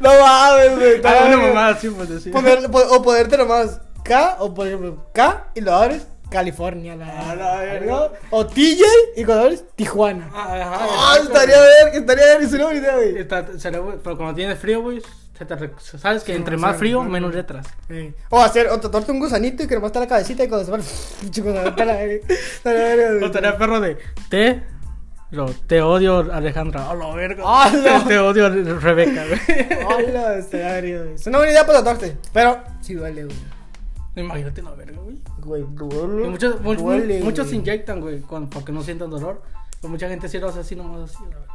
No mames, güey. está
Ah, una
verga.
mamada así, pues, decía.
Poner- po- o poderte nomás K, o por ejemplo K y lo abres California, la,
A la verga.
O TJ y cuando abres Tijuana.
Ah, ajá,
Ah,
exacto,
estaría
güey.
ver, estaría ver, es una buena idea, güey.
Está- será, güey, pero cuando tienes frío, güey, se te re- sabes que entre
no,
más
sí,
frío,
no,
menos
no.
letras.
Sí. O hacer, o tatuarte un gusanito y que nomás está la cabecita y cuando se va, [laughs] pinche gusanito, la verga. Estaría verga, güey.
No tenía perro de te. lo- te odio, Alejandra. A la verga.
Ah, [laughs] no.
Te odio, Rebeca, güey. [laughs]
Hola, [laughs] estaría verga, güey. Es una buena idea para tatuarte, pero sí duele, güey.
Imagínate la verga, güey.
Güey,
Y
duele.
muchos muchos,
duele,
muchos se
güey.
inyectan, güey, con- para que no sientan dolor. Pero mucha gente sí lo hace así nomás así. la verga.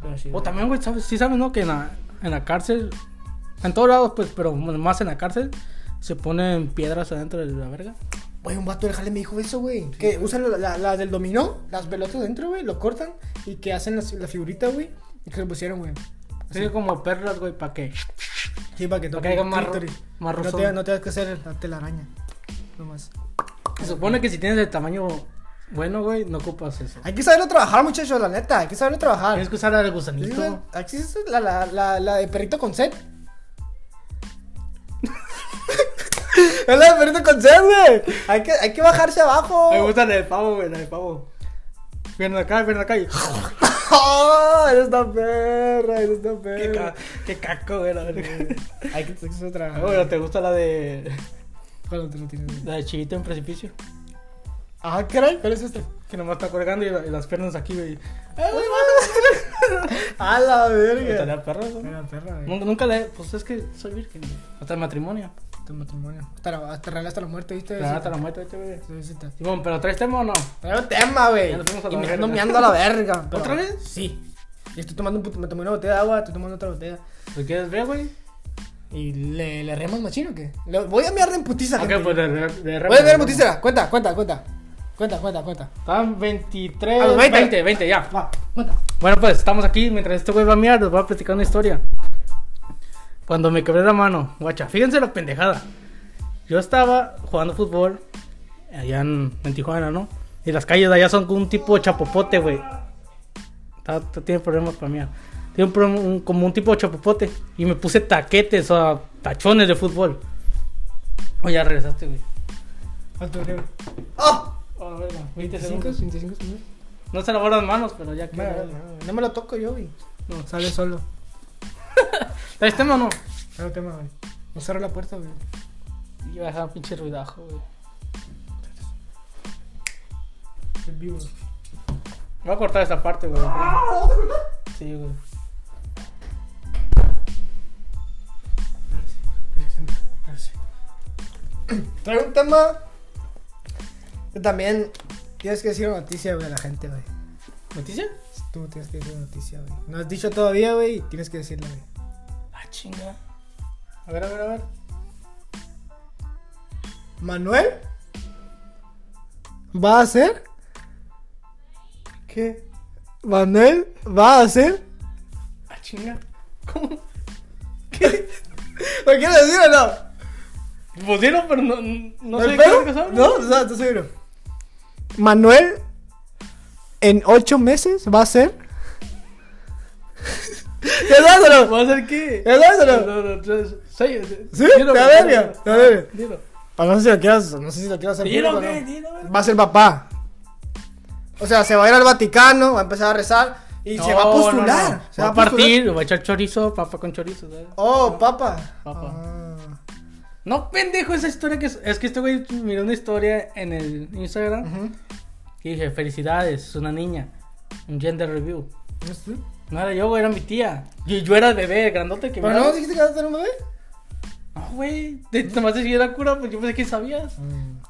Pero sí,
O
güey.
también, güey, ¿sabes? sí sabes, ¿no? Que en la, en la cárcel, en todos lados, pues, pero más en la cárcel, se ponen piedras adentro de la verga.
Güey, un vato del jale me dijo eso, güey. Que usan la- la- las del dominó, las pelotas dentro, güey, lo cortan y que hacen las- la figurita, güey. Y que lo pusieron, güey.
Así como perlas, güey, para que.
Sí, para que
Para
toque
que haga
el
más
clítoris.
ro- más
no,
rozón.
te, no tengas que hacer la telaraña. Nomás.
Se supone que si tienes el tamaño bueno, güey, no ocupas eso.
Hay que saberlo trabajar, muchachos, la neta. Hay que saberlo trabajar.
Tienes que usar el
Sí,
gusanito.
güey, Aquí es la, la, la, la de perrito con sed. [laughs] es la de perrito con sed, güey. Hay que, hay que bajarse abajo.
Me
[laughs]
gusta la de pavo, güey, la de pavo. Pierna acá, pierna acá y.
¡Oh! Eres una perra, eres una perra.
[laughs] qué, ca- qué caco, güey, la verga.
Hay que hacer su
Ah,
trabajo.
bueno, ¿te gusta la de.
¿Cuál otro tienes?
la de Chivito en precipicio?
Ah, caray, ¿cuál es este?
Que nomás está colgando y, la- y las piernas aquí, güey.
Ah, A la verga.
Estaría perro, güey.
Era perra, güey.
Nunca, nunca le. Pues es que soy virgen. güey. Hasta el matrimonio.
Tu matrimonio. Hasta, la- hasta real hasta la muerte, ¿viste?
La gata la muerte, este, güey.
Sí, sí, sí.
Simón, pero traes tema o no?
Trae un tema, güey.
Ya nos fuimos a la
Y me ando
verga.
meando a la [laughs] verga. pero-
¿Otra vez?
Sí. Y estoy tomando un puto- me tomé una botella de agua, estoy tomando otra botella.
¿Lo quieres ver, güey?
¿Y le, le remos machino o qué? Le- voy a mear en putiza,
Ok,
gente.
pues de, de, de
Voy a mear en putiza. Cuenta, cuenta, cuenta. Cuenta, cuenta, cuenta.
Están 23.
A los
20,
veinte.
20, pues, ya.
Va, cuenta.
Bueno, pues estamos aquí. Mientras este güey va a mirar, les voy a platicar una historia. Cuando me quebré la mano, guacha, fíjense la pendejada. Yo estaba jugando fútbol allá en, en Tijuana, ¿no? Y las calles de allá son como un tipo de chapopote, güey. Está- está- tiene problemas para mí. Tiene un, pro- un- como un tipo de chapopote. Y me puse taquetes o tachones de fútbol. Oye, ya regresaste, güey.
¿Cuánto creo? ¡Oh!
Oh, verga, 20
25,
segundos.
25 segundos.
No se lavó las manos, pero ya que.
Bueno, no, No me lo toco yo, güey.
No,
Sale solo.
¿Traes tema o no?
No tema, güey. No cerró la puerta, güey.
Yo a dejar pinche ruidajo, güey.
En vivo.
Voy a cortar esta parte, güey.
Ah,
Sí, güey.
[clears throat] Trae un tema Tú también tienes que decir una noticia, güey, a la gente, güey.
¿Noticia?
Tú tienes que decir una noticia, güey. No has dicho todavía, güey, y tienes que decirla, güey.
Ah, chinga. A ver, a ver, a ver.
¿Manuel? ¿Va a ser? ¿Qué? ¿Manuel va a ser?
Ah, chinga. ¿Cómo?
¿Qué? ¿Lo quieres decir o no?
Pusieron, pero no, no sé
¿El
de qué
pedo?
vergas hablan.
No, no, estoy seguro. Manuel, en ocho meses va a ser. [laughs] ¿Ya sabes o no?
¿Va a ser qué?
¿Ya sabes o no?
No, no, no. Soy.
¿Sí?
Dilo,
Te
güey,
verga,
dilo.
te verga.
Dilo.
Pero no sé si lo quieras, no sé si lo quieras hacer.
Dilo,
público,
güey,
¿no?
dilo, güey.
Va a ser papá. O sea, se va a ir al Vaticano, va a empezar a rezar y se va a
No,
postular.
no, no.
Se
va
va
a partir, va a echar chorizo, papa con chorizo, ¿sabes?
postular. Oh, papa.
Papa.
Ah.
No, pendejo, esa historia que es, es que este güey miró una historia en el Instagram
Ujú.
y dije, felicidades, es una niña, un gender review.
¿No es tú?
No era yo, güey, era mi tía. Y yo era el bebé, grandote que
¿Pero
miraba.
no dijiste que vas a tener un bebé?
No, güey, te nomás te seguí la cura, pues yo pensé que sabías.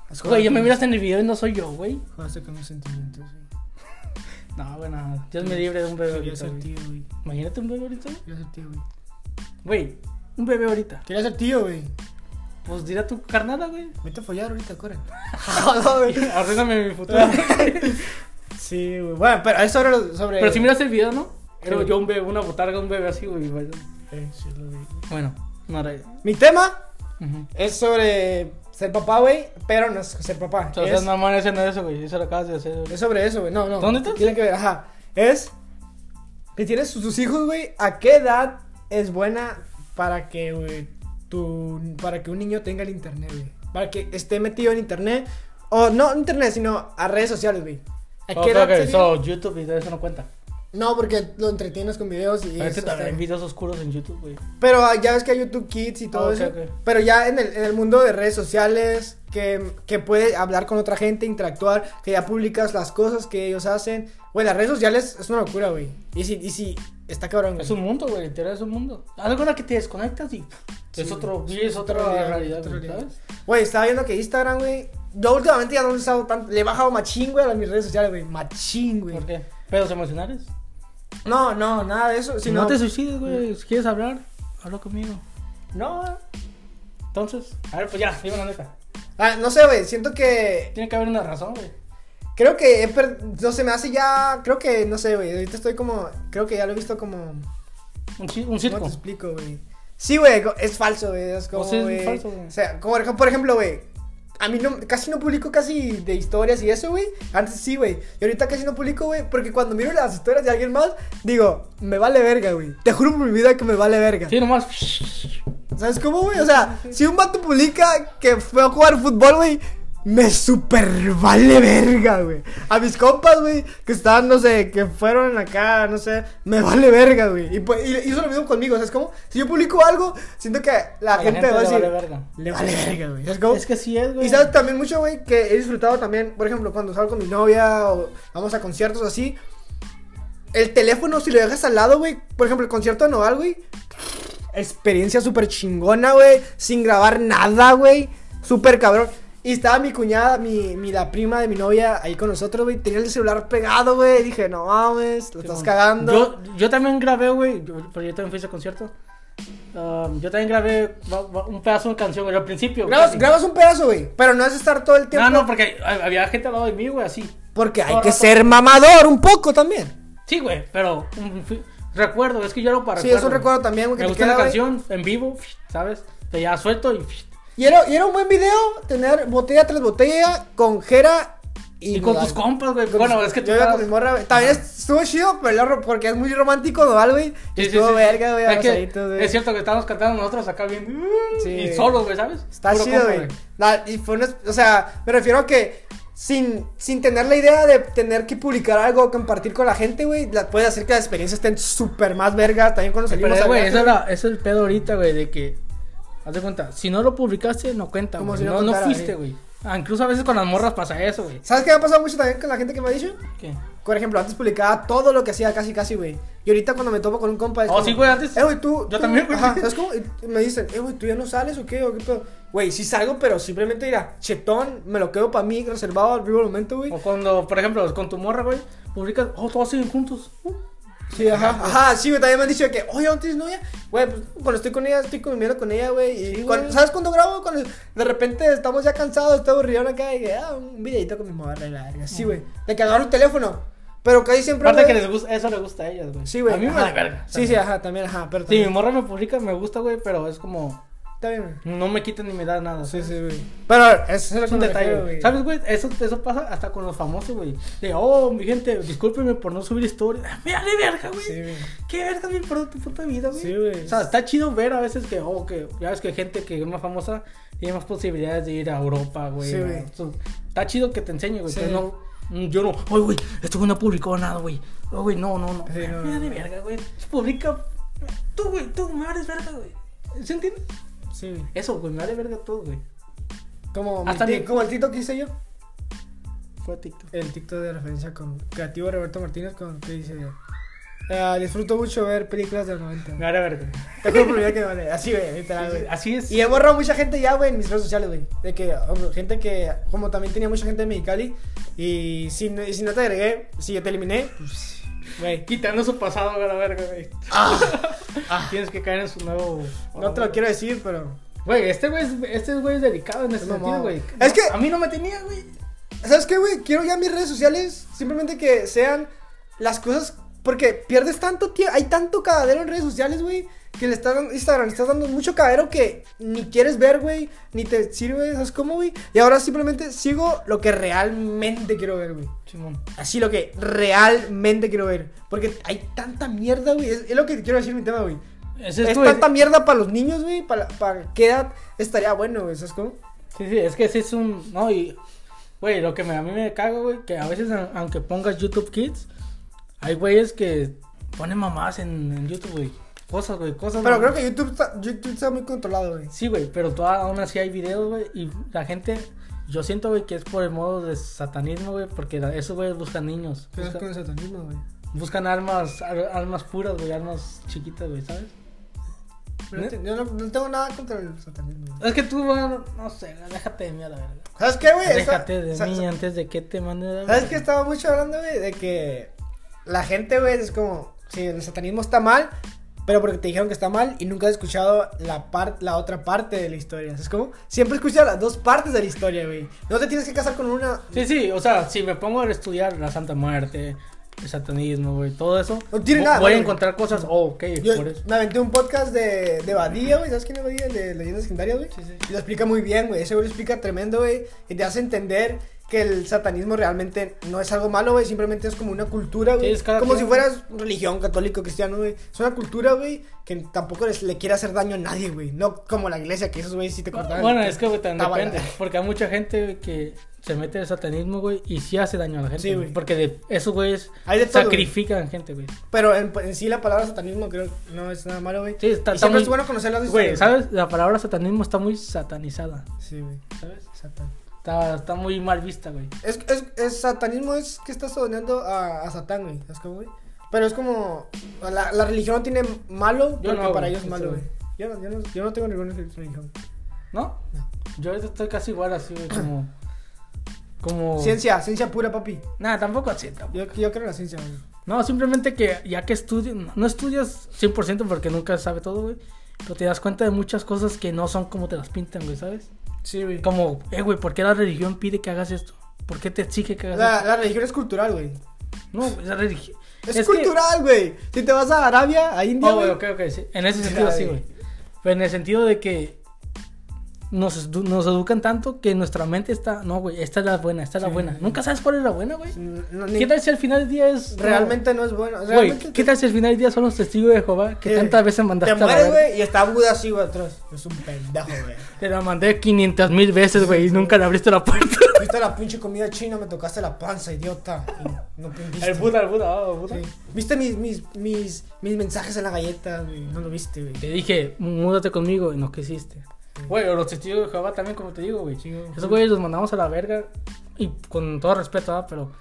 Has jugado
Güey, ya me
con-
miras en el video y no soy yo, güey.
Jugaste con mis sentimientos, güey.
No, güey, nada, Dios me libre de un bebé
Quería
ahorita,
ser
güey.
tío, güey.
Imagínate un bebé ahorita, güey.
Quería ser tío, güey.
güey. Un bebé ahorita.
Quería ser tío, güey.
Pues dirá tu carnada, güey. [laughs]
Vete a follar ahorita, corre.
Arruíname mi
[laughs]
futuro.
sí, güey. Bueno, pero eso era lo- sobre.
Pero si miras el video, ¿no? Creo
güey.
yo un bebé, una botarga, un bebé así, güey. güey.
Eh, sí, lo vi.
Bueno, no era yo.
Mi tema
Ujú.
es sobre ser papá, güey. Pero no es ser papá.
Entonces,
es,
no mames, ese no es eso, güey. Eso lo acabas de hacer. güey.
es sobre eso, güey. No, no.
¿Dónde está?
Tienen que ver, ajá. Es que tienes tus- tus hijos, güey. ¿A qué edad es buena para que, güey, tu. Para que un niño tenga el internet, güey? Para que esté metido en internet. O no internet, sino a redes sociales, güey. ¿A
Ok,
qué edad?
ok,
sería?
Oh, so, YouTube y todo eso no cuenta.
No, porque lo entretienes con videos y.
Pero es
eso
que
está
también hay
bien.
videos oscuros en YouTube, güey.
Pero ah, ya ves que hay YouTube Kids y todo
Ah, ok,
eso.
ok.
Pero ya en el, en el mundo de redes sociales, que, que puede hablar con otra gente, interactuar, que ya publicas las cosas que ellos hacen. Güey, las redes sociales es una locura, güey. Y si, y si está cabrón, güey.
Es un mundo, güey. Literal es un mundo. Haz de cuenta que te desconectas y pff, es
Sí,
otro.
sí,
y es
es
otra
otra realidad,
realidad,
otra
güey,
realidad.
¿sabes?
Güey, estaba viendo que Instagram, güey. Yo últimamente ya no he usado tanto. Le he bajado machín, güey, a mis redes sociales, güey. Machín, güey.
¿Por qué? ¿Pedos emocionales?
No, no, nada de eso.
Si
Sino...
no te suicides, güey. Si quieres hablar, habla conmigo.
No.
Entonces, a ver, pues ya, dime la neta.
Ah, no sé, güey. Siento que
Tiene que haber una razón, güey.
Creo que he per- no se me hace ya, creo que no sé, güey, ahorita estoy como creo que ya lo he visto como
Un, chi- un
¿Cómo
circo.
te explico, güey? Sí, güey, co- es falso, güey, es como
O sea, es
güey,
falso, güey.
O sea, como por ej- por ejemplo, güey, a mí no casi no publico casi de historias y eso, güey. Antes sí, güey. Y ahorita casi no publico, güey, porque cuando miro las historias de alguien más, digo, me vale verga, güey. Te juro por mi vida que me vale verga.
Sí, nomás.
¿Sabes cómo, güey? O sea, si un vato publica que fue a jugar fútbol, güey, me super vale verga, güey. A mis compas, güey, que están, no sé, que fueron acá, no sé, me vale verga, güey. Y, pues, y hizo lo mismo conmigo, ¿sabes cómo? Si yo publico algo, siento que la,
A la
gente,
gente
va a
le
decir,
vale verga.
le vale verga, güey. ¿Sabes cómo?
Es que sí es, güey.
Y sabes también mucho, güey, que he disfrutado también, por ejemplo, cuando salgo con mi novia o vamos a conciertos así. El teléfono, si lo dejas al lado, güey, por ejemplo, el concierto de Nodal, güey. Experiencia súper chingona, güey. Sin grabar nada, güey. Súper cabrón. Y estaba mi cuñada, mi, mi- la prima de mi novia ahí con nosotros, güey. Tenía el celular pegado, güey. Dije, no mames, lo estás
Simón.
cagando.
Yo, yo también grabé, güey, yo- pero yo también fui a ese concierto. Ah, yo también grabé va- va- un pedazo de canción, güey, al principio. güey,
grabas,
así.
grabas un pedazo, güey. Pero no es estar todo el tiempo.
No, no, porque hay- había gente al lado de mí, güey, así.
Porque hay
Todo
que
rato.
ser mamador un poco también.
Sí, güey, pero un fi- recuerdo, es que yo era para
Sí, es un recuerdo también, güey, que
Me
te
gusta
queda,
la
güey.
canción en vivo, ¿sabes? Te ya suelto y...
Y era, y era un buen video tener botella tras botella con Jera y,
Y, con
Nodal.
tus compas, güey.
Con
Bueno,
mis-
es que tú...
yo iba
estabas-
con mi morra, güey. También estuvo chido, pero lo- porque es muy romántico, Nodal, güey.
Sí, sí,
estuvo
sí.
verga, güey,
Es, que
abrazaditos, güey.
es cierto que estábamos cantando nosotros acá bien...
Sí.
Y solos, güey, ¿sabes?
Está
Puro
chido,
compa,
güey. La- Y fue una- o sea, me refiero a que sin, sin tener la idea de tener que publicar algo o compartir con la gente, güey, la- puedes hacer que las experiencias estén súper más vergas. También cuando
Pero,
salimos a
güey,
viaje,
esa era- ese es el pedo ahorita, güey, de que. Haz de cuenta, si no lo publicaste, no cuenta.
Como
güey.
si no
no, no
contara,
fuiste,
sí.
güey. Ah, incluso a veces con las morras pasa eso, güey.
¿Sabes qué me ha pasado mucho también con la gente que me ha dicho?
¿Qué?
Por ejemplo, antes publicaba todo lo que hacía casi, casi, güey. Y ahorita cuando me topo con un compa. es
Oh,
como,
sí, güey, antes-
Eh, güey, tú. tú-
Yo también, güey.
Ajá, ¿sabes cómo? Y me dicen, eh, güey, ¿tú ya no sales o qué? ¿O qué pedo? Güey, sí salgo, pero simplemente irá chetón, me lo quedo para mí, reservado al vivo momento, güey.
O cuando, por ejemplo, con tu morra, güey, publicas, oh, todos siguen juntos. Uh,
Sí, ajá. Ajá, sí, güey, también me han dicho de que, oye, ¿no tienes novia? Güey, pues cuando estoy con ella, estoy conviviendo con ella, güey. Y
Sí,
cuando-
güey.
¿Sabes cuándo grabo? Cuando de repente estamos ya cansados, estamos riendo acá y ah, un videito con mi madre, la verga. Sí, güey. De que agarro el teléfono. Pero casi siempre.
Aparte que
güey,
les gusta, eso le gusta a ellas, güey.
Sí, güey.
A mí me
ajá.
vale verga.
Sí, sí, ajá, también, ajá. Pero
Sí, mi
también.
morra me publica, me gusta, güey, pero es como,
Está bien, güey.
no me quita ni me da nada.
Sí, sí, güey. Pero eso
Es un detalle, güey. ¿Sabes, güey? Eso, eso pasa hasta con los famosos, güey. De, oh, mi gente, discúlpeme por no subir historias. Mírale, verga, güey.
Sí, güey.
Qué verga, güey, por tu puta vida, güey.
Sí, güey.
O sea, está chido ver a veces que, oh, que, ya ves que gente que es más famosa tiene más posibilidades de ir a Europa, güey.
Sí,
¿no?
güey.
Eso- Está chido que te enseñe, güey.
Sí.
pero no, mm, yo no, oye, güey, esto güey no publicó nada, güey. Oh, güey, no, no, no.
Sí, no,
Mírale,
no.
verga, güey. Publica. Tú, güey, tú, me vales verga, güey. ¿Se entiende?
Sí, güey.
Eso, güey, me vale verga todo, güey.
Como, mi
Hasta
tic-
mi-
como el TikTok que hice yo.
Fue a TikTok.
el TikTok de referencia con creativo Roberto Martínez con que dice "Ah, disfruto mucho ver películas del 90.
Me vale verga.
Te juro por mi vida que vale. Así, güey, literal,
Sí, sí,
güey.
Así es.
Y he borrado mucha gente ya, güey, en mis redes sociales, güey. De que, o- gente que, como también tenía mucha gente de Mexicali, y si, no- y si no te agregué, si yo te eliminé, pues, güey.
Quitando su pasado, güey, a la verga, güey. [laughs] Tienes que caer en su nuevo.
Ah, No te lo quiero decir, pero.
Güey, este güey es, este güey es delicado en ese
mamado.
sentido, güey.
Es que-
A mí no me tenía, güey.
¿Sabes qué, güey? Quiero ya mis redes sociales simplemente que sean las cosas. Porque pierdes tanto tiempo. Hay tanto cadadero en redes sociales, güey. Que le estás dando Instagram, le estás dando mucho cadadero que ni quieres ver, güey. Ni te sirve, ¿sabes cómo, güey? Y ahora simplemente sigo lo que realmente quiero ver, güey.
Simón.
Así lo que realmente quiero ver. Porque hay tanta mierda, güey. Es, es lo que te quiero decir mi tema, güey.
Es,
Es
esto,
tanta
güey.
mierda para los niños, güey. Para, para qué edad estaría bueno, güey. ¿Sabes cómo?
Sí, sí, es que sí es un. No, y. Güey, lo que me- a mí me cago, güey, que a veces, a- aunque pongas YouTube Kids, hay güeyes que ponen mamás en, en YouTube, güey. Cosas, güey, cosas.
Pero creo
mamás.
que YouTube está, YouTube está muy controlado, güey.
Sí, güey, pero toda, aún así hay videos, güey, y la gente, yo siento, güey, que es por el modo de satanismo, güey, porque la- esos güeyes buscan niños,
Pero es
busca-
Pues con el satanismo, güey.
buscan armas, ar- armas puras, güey, armas chiquitas, güey, ¿sabes?
Pero
¿Eh?
te- Yo no, no tengo nada contra el satanismo. güey.
Es que tú, bueno, no sé, güey, déjate de mí a la verga.
¿Sabes qué, güey? Esa-
Déjate de
sa-
mí
sa-
antes de que te mande la
¿Sabes qué? Estaba mucho hablando, güey, de que la gente, güey, es como, sí, el satanismo está mal, pero porque te dijeron que está mal y nunca has escuchado la, par- la otra parte de la historia. Es como, siempre escuchas las dos partes de la historia, güey. No te tienes que casar con una...
Sí, sí, o sea, si me pongo a estudiar la Santa Muerte, el satanismo, güey, todo eso,
No tiene
vo-
nada,
voy a
güey.
encontrar cosas, oh, ok,
Yo
por eso.
me aventé un podcast de, de Badía, güey. ¿Sabes quién es Badía? El de Leyendas Legendarias, güey.
Sí, sí.
Y lo explica muy bien, güey. Ese güey lo explica tremendo, güey. Y te hace entender que el satanismo realmente no es algo malo, güey. Simplemente es como una cultura,
Sí,
güey.
es cada
como
quien.
si fueras religión católico, cristiano, güey. Es una cultura, güey, que tampoco les- le quiere hacer daño a nadie, güey. No como la iglesia, que esos güeyes sí te cortaban.
Bueno, es que, güey, también
Estaba la-
depende. Porque hay mucha gente güey, que se mete el satanismo, güey, y sí hace daño a la gente.
Sí,
güey,
güey.
Porque de esos güeyes
Hay de todo,
sacrifican gente, güey.
Pero en, en sí la palabra satanismo creo que no es nada malo, güey.
Sí, está,
Y
está
siempre
muy...
es bueno conocer las dos
Güey,
historias,
¿sabes? La palabra satanismo está muy satanizada,
Sí, güey.
¿sabes?
Satan.
Está, está muy mal vista, güey.
Es, es, es- satanismo es que estás odiando a, a Satán, güey. ¿Sabes cómo, güey? Pero es como. La, la religión no tiene malo,
Yo
porque
no,
para
güey,
ellos es malo,
eso,
güey. Yo no, yo, no, yo no tengo ninguna religión.
¿No?
No.
Yo estoy casi igual así,
[coughs]
güey, como... Como...
Ciencia, ciencia pura, papi.
Nada, tampoco así. tampoco.
Yo, yo creo en la ciencia, güey.
No, simplemente que ya que estudias... No estudias 100% porque nunca sabe todo, güey. Pero te das cuenta de muchas cosas que no son como te las pintan, güey, ¿sabes?
Sí, güey.
Como, eh, güey, ¿por qué la religión pide que hagas esto? ¿Por qué te exige que hagas
La, la religión es cultural, güey.
esto? No, güey, la religión.
Es,
que-
cultural, güey. Si te vas a Arabia, a India,
Oh, güey,
güey.
ok, ok, sí. En ese sentido, sí, güey. Pero en el sentido de que nos, edu- nos educan tanto que nuestra mente está. No, güey, esta es la buena, esta es la
Sí.
buena. Nunca sabes cuál es la buena, güey.
No, ni-
¿Qué tal si al final del día es.
realmente no es bueno.
Güey,
Realmente Eh,
¿qué tal si al final del día son los testigos de Jehová que tantas veces mandaste
Te
a la
mueres,
verga?
güey, y está Buda así, güey, atrás. Es un pendejo, güey.
Te la mandé 500 mil veces, güey, y nunca le abriste la puerta.
Viste la pinche comida china, me tocaste la panza, idiota. Y no entendiste.
el Buda, oh,
Sí. ¿Viste mis, mis, mis, mis mensajes en la galleta, güey? No lo viste, güey.
Te dije, múdate conmigo y no quisiste.
Sí.
Güey, o los testigos de Jehová también, como te digo, güey. Esos güeyes los mandamos a la verga. Y con todo respeto, ¿ah? Pero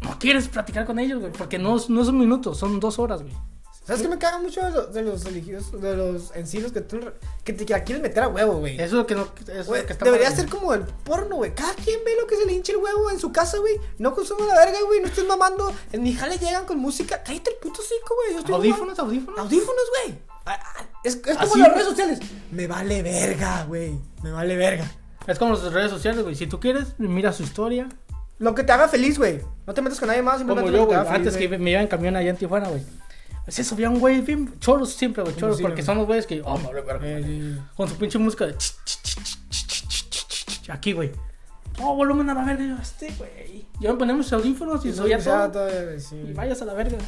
no quieres platicar con ellos, güey. Porque no, no es un minuto, son dos horas, güey.
¿Sabes qué me caga mucho de los, de los religiosos, de los encinos que tú que te que la quieres meter a huevo, güey?
Eso es lo que no. eso es lo
Güey,
que está
debería
mal,
ser como el porno, güey. Cada quien ve lo que se le hinche el huevo en su casa, güey. No consuma la verga, güey. No estés mamando. En mi jale llegan con música. Cállate el puto cinco, güey. Yo
güey.
estoy
Audífonos, audífonos.
Audífonos, güey. Ah, ah, Es, es como
Así,
las
güey.
redes sociales. Me vale verga, güey. Me vale verga.
Es como las redes sociales, güey. Si tú quieres, mira su historia.
Lo que te haga feliz, güey. No te metas con nadie más.
Como
simplemente lo
yo,
te
güey.
haga feliz,
Antes que me iba en camión allá en Tijuana, güey. Se subía un güey bien choros siempre, güey. Choros,
sí,
porque
güey.
son los güeyes que. Oh, me vale verga,
Eh,
güey.
sí.
Con su pinche música de. ch, ch, ch, ch, ch, ch, ch, ch, ch, ch, Aquí, güey. Todo volumen a la verga. Yo, este, güey. Yo me ponía mis audífonos y
Sí,
subía
ya
todo.
todavía, güey, sí.
Y vayas a la verga.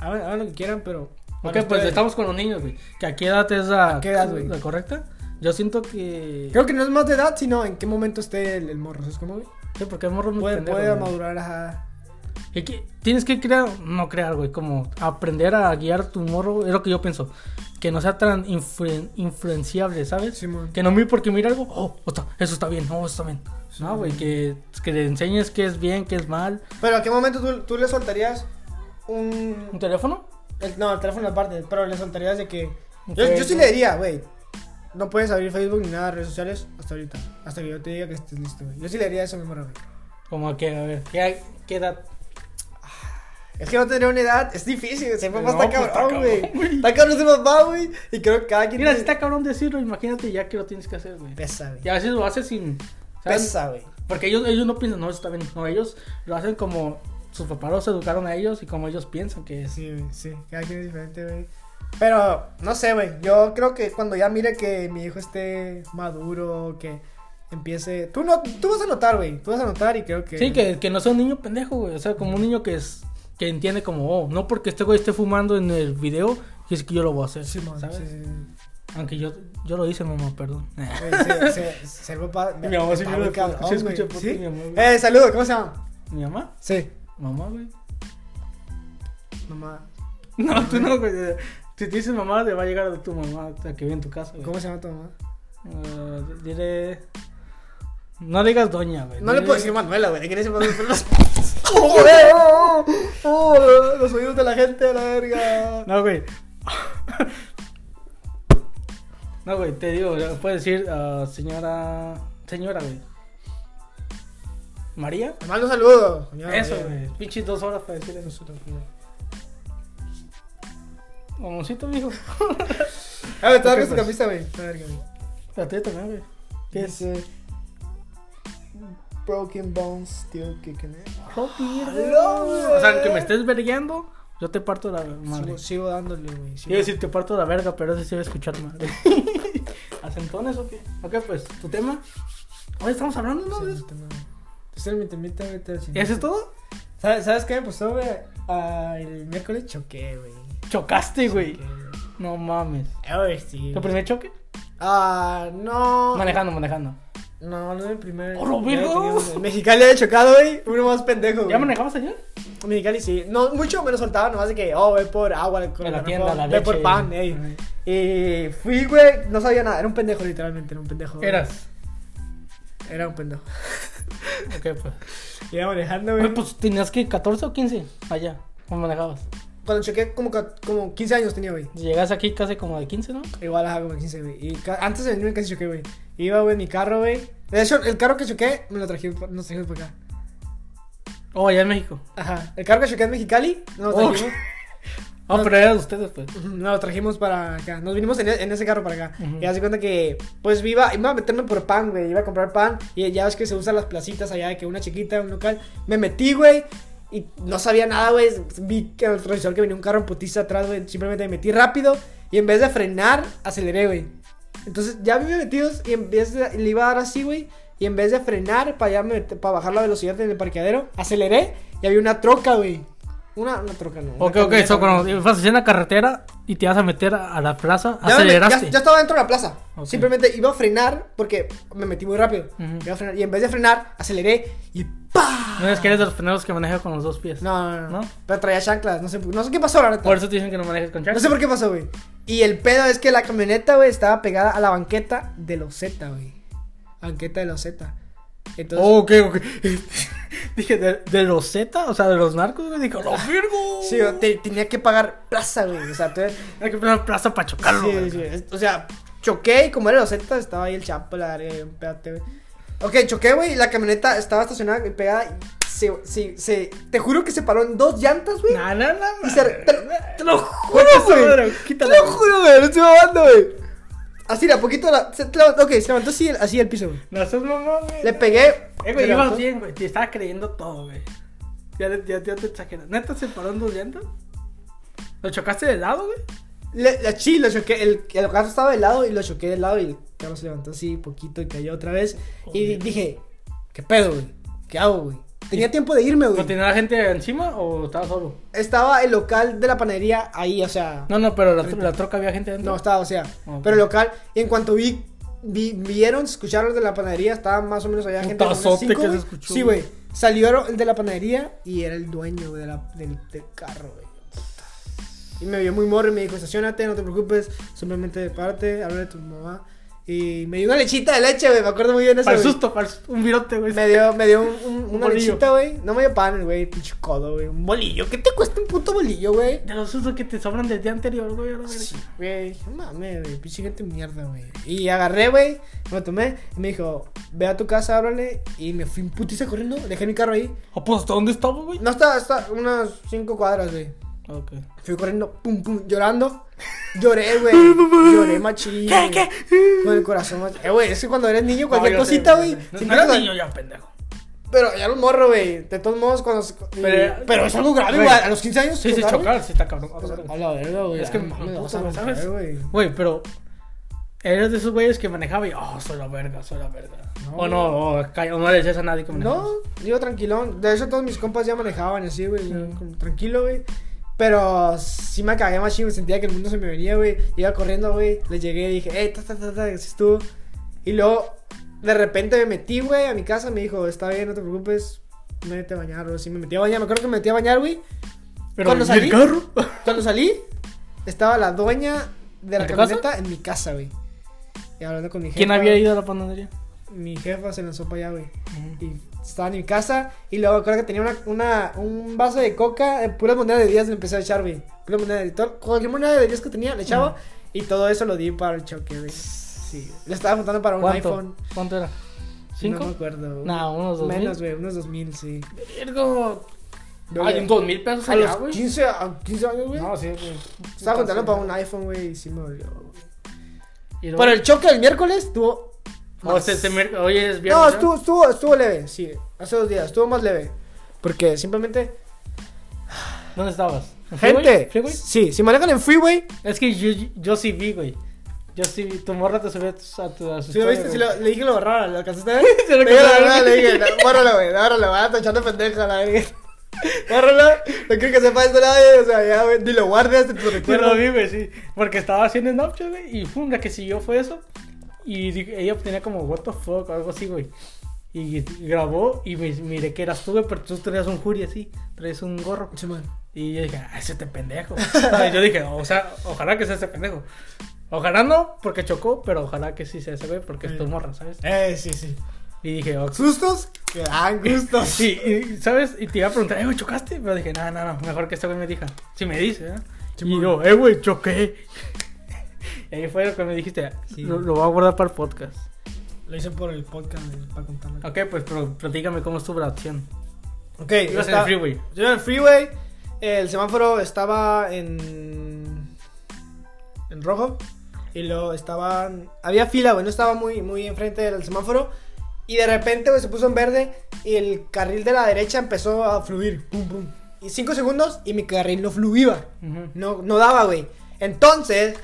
Hagan hagan lo que quieran, pero.
Ok,
Bueno,
pues
ustedes-
estamos con los niños, güey. ¿Que a qué edad es la,
¿A qué edad, güey?
la correcta? Yo siento que.
Creo que no es más de edad, sino en qué momento esté el, el morro. ¿Sabes cómo, güey?
Sí, porque es morro muy
Puede,
pendejo,
puede
güey.
madurar, ajá.
Y que tienes que crear, no crear, güey, como aprender a guiar tu morro, güey, es lo que yo pienso. Que no sea tan influen- influenciable, ¿sabes?
Simón.
Que no mire porque mira algo, oh, está- eso está bien, no, eso está bien. No, güey, que, que le enseñes qué es bien, qué es mal.
Pero ¿a qué momento tú, tú le soltarías un.
¿Un teléfono?
El- no, el teléfono aparte, pero le soltarías de que.
Un
Yo, yo sí
Facebook.
le diría, güey. No puedes abrir Facebook ni nada de redes sociales hasta ahorita. Hasta que yo te diga que estés listo, güey. Yo sí le diría eso a mi morro, güey.
Como que, a ver, ¿qué, hay- qué edad?
Es que no tendría una edad, es difícil, güey, siempre
No,
va a estar
pues, está
cabrón, oh, güey.
cabrón, güey.
Está cabrón ese papá, güey. Y creo que cada quien.
Mira, si
tiene-
está cabrón decirlo, imagínate ya que lo tienes que hacer, güey.
Pesa, güey.
Y a veces lo haces sin... ¿sabes?
Pesa, güey.
Porque ellos, ellos no piensan, no, eso está bien. No, ellos lo hacen como sus papás los educaron a ellos y como ellos piensan que es.
Sí, güey, sí. Cada quien es diferente, güey. Pero, no sé, güey. Yo creo que cuando ya mire que mi hijo esté maduro, que empiece. Tú, no, tú vas a notar, güey. Tú vas a notar y creo que.
Sí, que, que no sea un niño pendejo, güey. O sea, como un niño que es que entiende como, oh, no porque este güey esté fumando en el video, que es que yo lo voy a hacer.
Sí, man,
¿sabes?
sí, sí, sí.
Aunque yo, yo lo hice, mamá, [laughs] perdón.
Güey, se- se- Ser papá.
Mi mamá sí
está
me
muy
lo-
cabrón,
sí escucha
güey.
por
¿Sí?
ti, mi mamá, güey.
Eh, saludos, ¿cómo se llama?
¿Mi mamá?
Sí.
¿Mamá, güey?
Mamá.
[laughs] No, tú no, güey. Si te dices mamá, te va a llegar a tu mamá a que vive en tu casa, güey.
¿Cómo se llama tu mamá?
Ah, diré... No digas doña, güey.
No le
Dile-
puedo decir Manuela, güey. ¿Qué quieres decir Manuela? [laughs] ¡Oh, güey! ¡Oh! ¡Oh! Los oídos de la gente, la verga.
No, güey. No, güey, te digo, puedes decir ah, señora. Señora, güey. ¿María?
Te mando un saludo. señora,
Eso,
güey.
güey. Pinches dos horas para decir eso. Mamoncito, mijo.
Ah, me está
Ok,
dando su
pues.
camisa, güey. La verga, güey.
La tuya también, güey. ¿Qué es?
Dice, Broken bones still kicking it.
O sea, que me estés vergueando, yo te parto la madre.
Sigo, sigo dándole, güey.
Quiero
sigo-
decir, te parto la verga, pero ese sí va a escuchar mal. ¿Acentones o qué? Ok, pues, tu tema. Hoy estamos hablando, ¿no?
Sí,
de
no
eso?
te mames. Pues él me temita, güey, te la chingada.
¿Eso es todo?
¿Sabes, ¿Sabes qué me pasó, güey? Ah, el miércoles choqué, güey.
Chocaste, güey.
Choqué, güey.
No mames.
A ver, sí.
¿Tu
güey.
primer choque?
Ah, no.
Manejando, manejando.
No, no es mi primer.
¡Oh, lo
Ya
verga!
teníamos- en Mexicali había chocado, güey. Uno más pendejo, güey.
¿Ya manejabas ayer?
En Mexicali sí. No, mucho me lo soltaba, nomás de que, oh, ve por agua, con
En la
el
tienda,
garrafón,
la
ve por
leche.
pan, ey. Y fui, güey, no sabía nada. Era un pendejo, literalmente, era un pendejo. güey.
Eras.
Era un pendejo. [laughs]
Ok, pues.
Iba manejando,
Oye,
güey.
pues tenías que 14 o 15 allá. ¿Cómo manejabas?
Cuando chequé, como, ca- como 15 años tenía, güey.
Llegas aquí casi como de 15, ¿no?
Igual ajá, como 15, güey. Y ca- antes de venirme casi choqué, güey. Iba, güey, en mi carro, güey. De hecho, el carro que choqué, me lo trajeron, pa- nos trajeron para acá.
Oh, allá en México.
Ajá. El carro que choqué en Mexicali, no lo
Oh.
trajimos.
Ah, pero eran ustedes, pues.
Ujú, [laughs] No, lo trajimos para acá. Nos vinimos en, e- en ese carro para acá.
Ujú.
Y hace cuenta que, pues, iba, iba a meterme por pan, güey. Iba a comprar pan. Y ya ves que se usan las placitas allá, de que una chiquita, un local. Me metí, güey. Y no sabía nada, güey. Vi que en el retrovisor que venía un carro en putiza atrás, güey. Simplemente me metí rápido. Y en vez de frenar, aceleré, güey. Entonces ya me metidos y en vez de, le iba a dar así, güey. Y en vez de frenar para, para bajar la velocidad en el parqueadero, aceleré y había una troca, güey. Una, una troca, no. una
Ok, ok,
camioneta,
so,
güey.
cuando ibas así en la carretera, y te vas a meter a, a la plaza,
Ya, me- ya,
aceleraste.
ya estaba dentro de la plaza.
Ok.
Simplemente iba a frenar porque me metí muy rápido.
Ujú.
Iba a frenar, y en vez de frenar, aceleré y ¡pa!
No es que eres de los primeros que maneja con los dos pies.
No, no, no,
¿No?
Pero traía chanclas. No sé, no sé qué pasó, la neta.
Por eso te dicen que no manejes con
No
chanclas.
sé por qué pasó, güey. Y el pedo es que la camioneta, güey, estaba pegada a la banqueta de los Z, güey. Banqueta de los Z. Entonces,
Oh, ok, ok. [laughs] Dije, ¿de, de los Z? O sea, de los narcos, güey. Dije, ¡lo virgo!
sí, yo te- tenía que pagar plaza, güey. O sea, entonces,
Hay que poner plaza para chocarlo,
sí,
güey.
sí, es- o sea, choqué y como era de los Z, estaba ahí el chapo, la verga, y un pedote, güey. Ok, choqué, güey, y la camioneta estaba estacionada güey, pegada. y Se, se, se, te juro que se paró en dos llantas, güey.
No, no, no.
Y se-
madre.
te, lo- te lo juro,
Vete,
güey.
madre,
Te
quítala,
lo
güey.
juro, güey. No estoy mamando, güey. Así, de a poquito. La, se, te la- ok, se levantó así, el- así el piso, güey.
No seas mamón, güey.
Le pegué.
Eh,
se
güey, ibas
levantó.
bien, güey. Te estaba creyendo todo, güey. Ya, le- ya, ya te exageras. ¿Neta se paró en dos llantas? ¿Lo chocaste de lado, güey?
Le, la sí, lo choqué. El, el gato estaba de lado y lo choqué de lado y el carro se levantó así poquito y cayó otra vez. Y
Joder.
dije, ¿qué pedo, güey? ¿Qué hago, güey? Tenía tiempo de irme,
¿No
güey.
tenía la gente encima o estaba solo?
Estaba el local de la panadería ahí, o sea.
No, no, pero la, la troca había gente adentro.
No, estaba, o sea,
Ok.
pero el local, y en cuanto vi, vi- vieron, escucharon los de la panadería, estaba más o menos allá gente. como unas
Putazote
cinco,
que se
güey.
escuchó,
Sí,
güey.
güey. Salió el de la panadería y era el dueño güey, de la- del, del carro, güey. Y me vio muy morro y me dijo, estacionate, no te preocupes, simplemente de parte, habla de tu mamá. Y me dio una lechita de leche, güey, me acuerdo muy bien de eso,
Para el
güey.
susto, para el susto. Un virote, güey.
Me dio, me dio un- un- una
bolillo.
lechita, güey. No me dio pan, güey, pinche codo, güey. Un bolillo. ¿Qué te cuesta un puto bolillo, güey?
De los sustos que te sobran del día anterior, güey. a la verga.
Güey, no mames, güey, pinche gente mierda, güey. Y agarré, güey, me lo tomé y me dijo, ve a tu casa, ábrale. Y me fui en putiza corriendo, dejé mi carro ahí.
Ah, pues, ¿hasta dónde estaba, güey?
No, hasta, hasta unas cinco cuadras, güey.
Ok.
Fui corriendo, pum, pum, llorando. Lloré,
[laughs]
güey. Lloré machín.
¿Qué,
güey.
qué?
Con el corazón machín. Eh, güey, es que cuando eres niño, cualquier
No, yo sé,
cosita,
yo
güey.
sé. No,
siempre
no era
te-
niño ya, pendejo.
Pero ya lo morro, güey. De todos modos, cuando. se-
Pero-
Pero, es algo grave,
Güey.
güey. A los 15 años.
Sí, sí,
chocar,
chocar, sí, está cabrón.
güey. A la verga, güey.
Es que
Ay,
me
mames, vas a
puto,
romper,
¿sabes?
güey.
Güey, pero. Eres de esos güeyes que manejaba y. Oh, soy la verga, soy la verga.
No,
o no, o, calla, o no le decías a nadie que manejaba.
No, yo tranquilón. De hecho, todos mis compas ya manejaban así, güey. yo
Mm.
como Tranquilo, güey. Pero sí me cagué más chido. Sentía que el mundo se me venía, güey. Iba corriendo, güey. Le llegué y dije, eh, ta, ta, ta, ta, así estuvo. Y luego, de repente me metí, güey, a mi casa. Me dijo, está bien, no te preocupes. Métete a bañar, güey. Sí, me metí a bañar. Me acuerdo que me metí a bañar, güey.
Pero
Cuando
¿y
salí?
el carro?
Cuando salí, estaba la dueña de la
¿En tu casa?
camioneta en mi casa, güey. Y hablando con mi jefa.
[laughs] ¿Quién había ido a la panadería?
Mi jefa se lanzó para allá, güey.
Mm.
Y estaba en mi casa y luego creo que tenía una, una- un vaso de coca, de puras monedas de 10 le empecé a echar, güey. Puras monedas de todo, cualquier moneda de 10 que tenía le echaba y todo eso lo di para el choque, güey. Sí, le estaba juntando para un
¿Cuánto?
iPhone.
¿Cuánto era?
No me
¿Cinco?
acuerdo.
Nah, unos dos
Menos,
mil.
güey, unos 2000, sí.
Virgo.
Yo,
Ay,
güey,
un Ah, dos mil pesos
a
allá,
los
güey.
15, a 15 años, güey.
No, sí, güey.
estaba juntando para un iPhone, güey, y sí me dolió.
Y luego-
Pero el choque del miércoles tuvo
O sea, este miércoles- hoy es viernes.
No,
¿verdad?
estuvo, estuvo, estuvo leve, sí. Hace dos días, estuvo más leve. Porque simplemente.
¿Dónde estabas? ¿En
Gente,
freeway? ¿Freeway?
sí, si manejan en freeway,
Es que yo, yo, yo sí vi, güey. Yo sí vi. Tu morra te subió a tu. A tu a su
Si lo
historia,
viste, si
güey.
lo- le dije que lo borrara, ¿lo alcanzaste [laughs] a ver?
Se lo
Le dije, la
alcanzaste a
verdad, le
ver.
dije, "No, bórralo, güey, bórralo, va, está echando pendeja, la verga. [laughs] Bórralo, no quiero que sepa esto nadie, o sea, ya, güey, ni lo guardes, te
Yo lo
recuerdo.
vi, güey, sí. Porque estaba haciendo Snapchat, güey. Y pum, la que siguió fue eso. Y di- ella tenía como, what the fuck, o algo así, güey. Y grabó y mi- miré que eras tú, güey, pero tú tenías un jury así. Traes un gorro. Y yo dije, ah, ese te pendejo. [laughs] Y yo dije, o sea, ojalá que sea ese pendejo. Ojalá no, porque chocó, pero ojalá que sí sea ese, güey, porque es tu
Sí.
morra, ¿sabes?
Eh, sí, sí.
Y dije, ok.
¿Sustos? Que dan gustos.
Sí, y, ¿sabes? Y te iba a preguntar, eh, güey, ¿chocaste? Pero dije, no, no, no, mejor que este güey me diga. Si me dice, ¿eh? Y
Simón.
yo, eh, güey, choqué. [laughs] Y ahí fue lo que me dijiste,
Sí.
lo, lo voy a guardar para el podcast.
Lo hice por el podcast, güey, para contarlo.
Ok, pues pero platícame cómo estuvo la acción.
Ok, yo
Ibas en el
estaba-
freeway.
Yo iba en el freeway, el semáforo estaba en. en rojo. Y luego estaban. Había fila, güey, no estaba muy, muy enfrente del semáforo. Y de repente, güey, se puso en verde y el carril de la derecha empezó a fluir. Pum, pum. Y cinco segundos y mi carril no fluía.
Ujú.
No, no daba, güey. Entonces,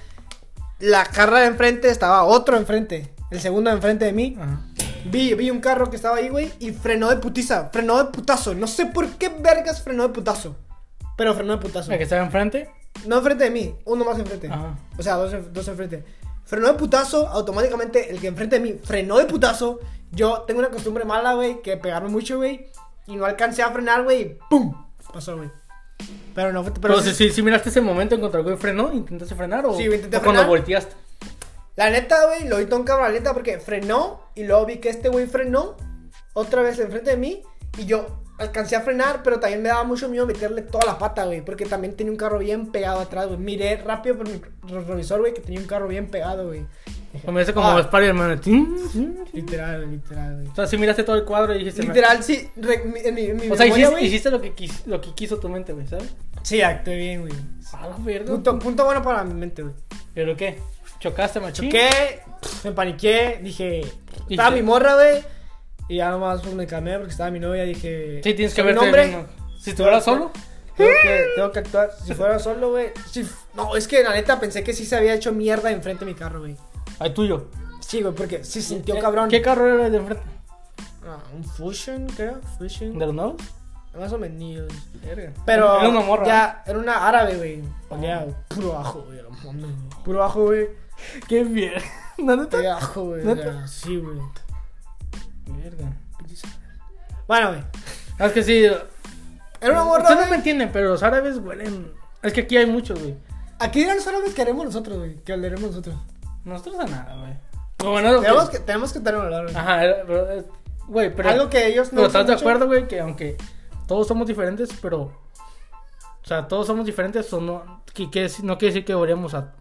la carrera de enfrente estaba otro enfrente. El segundo de enfrente de mí.
Ajá.
Vi, vi un carro que estaba ahí, güey, y frenó de putiza, frenó de putazo. No sé por qué vergas frenó de putazo, pero frenó de putazo.
La que estaba enfrente,
No enfrente de mí, uno más enfrente.
Ajá.
O sea, dos, en- dos enfrente. Frenó de putazo, automáticamente el que enfrente de mí frenó de putazo. Yo tengo una costumbre mala, güey, que pegarme mucho, güey. Y no alcancé a frenar, güey, y ¡pum! Pasó, güey. Pero no fue. Pero
Pero,
sí-
si, si, si miraste ese momento en contra el güey frenó, intentaste frenar o,
Sí, güey, intenté
o cuando
frenar.
volteaste.
La neta, güey, lo vi todo un cabrón, la neta, porque frenó y luego vi que este güey frenó otra vez enfrente de mí y yo alcancé a frenar, pero también me daba mucho miedo meterle toda la pata, güey, porque también tenía un carro bien pegado atrás, güey. Miré rápido por mi re- revisor, güey, que tenía un carro bien pegado, güey.
O me hace como
Ah.
Spider-Man. tin, tin, tin.
Literal, literal, güey.
O sea, si miraste todo el cuadro y dijiste.
Literal, sí, re- mi- en mi, en mi
O sea,
memoria,
hiciste,
güey.
hiciste lo, que quis- lo que quiso tu mente, güey, ¿sabes?
Sí, actué bien, güey.
A la verga.
Punto, punto bueno para mi mente, güey.
¿Pero qué? ¿Chocaste, machín?
Choqué, me paniqué, dije,
Y
estaba
te-
mi morra, güey. Y ya nomás pues, me calmé porque estaba mi novia, dije...
Sí, tienes que
soy un
verte.
hombre,
bien, ¿no? Si estuvieras solo.
Tengo que, tengo que actuar. Si fuera solo, güey. si- no, es que la neta pensé que sí se había hecho mierda enfrente de mi carro, güey.
Ay, tuyo.
Sí, güey, porque sí sintió
¿Qué-
cabrón.
Eh, ¿Qué carro era el de enfrente?
Ah, un Fusion, creo. Fusion.
¿De los nuevos?
Más o menos.
Verga.
Pero.
Era una morra.
Ya, era una árabe, güey. Olía puro ajo, güey. no mames, güey. Puro ajo, güey.
Qué [laughs] mierda. ¿No neta?
Olía ajo, güey.
¿Neta?
ya, Sí, güey.
Verga.
Bueno, güey.
Ah, Es que sí.
Era
Eh,
una morra,
Ustedes no me
güey.
entienden, pero los árabes huelen. Es que aquí hay muchos, güey.
Aquí eran los árabes que haremos nosotros, güey. Que hablaremos nosotros.
Nosotros a nada, güey. Pero Bueno,
Tenemos
que-
que, tenemos que estar en hablar, güey.
Ajá, era- pero, eh, güey, pero.
Algo que ellos Pues no.
Pero estás
usan
de
mucho.
acuerdo, güey, que aunque todos somos diferentes, pero. O sea, todos somos diferentes, o no. Que, que es- no quiere decir que oremos a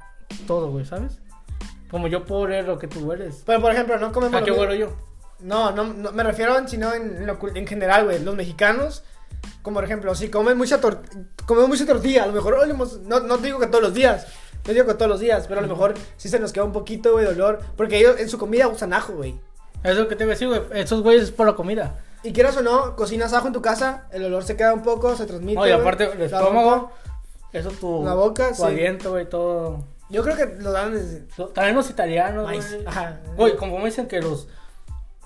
todo, güey, ¿sabes? Como yo puedo oler lo que tú eres.
Pero, por ejemplo, no comemos
¿A
lo
qué
mismo.
huelo yo?
No, no, no, me refiero en, sino en, lo cul- en general, güey. Los mexicanos, como por ejemplo, si comen mucha, tor- comen mucha tortilla, a lo mejor olemos, no, no te digo que todos los días, no digo que todos los días, pero a lo mejor sí se nos queda un poquito, güey, de olor, porque ellos en su comida usan ajo, güey.
Eso es lo que te voy a decir, güey. Esos güeyes es por la comida.
Y quieras o no, cocinas ajo en tu casa, el olor se queda un poco, se transmite.
No, y
güey,
aparte, el
la boca.
estómago. Eso tu.
La boca,
Tu
sí.
aliento, güey, todo.
Yo creo que lo dan desde
También los italianos,
maíz.
güey.
Ajá.
Güey, como dicen que los.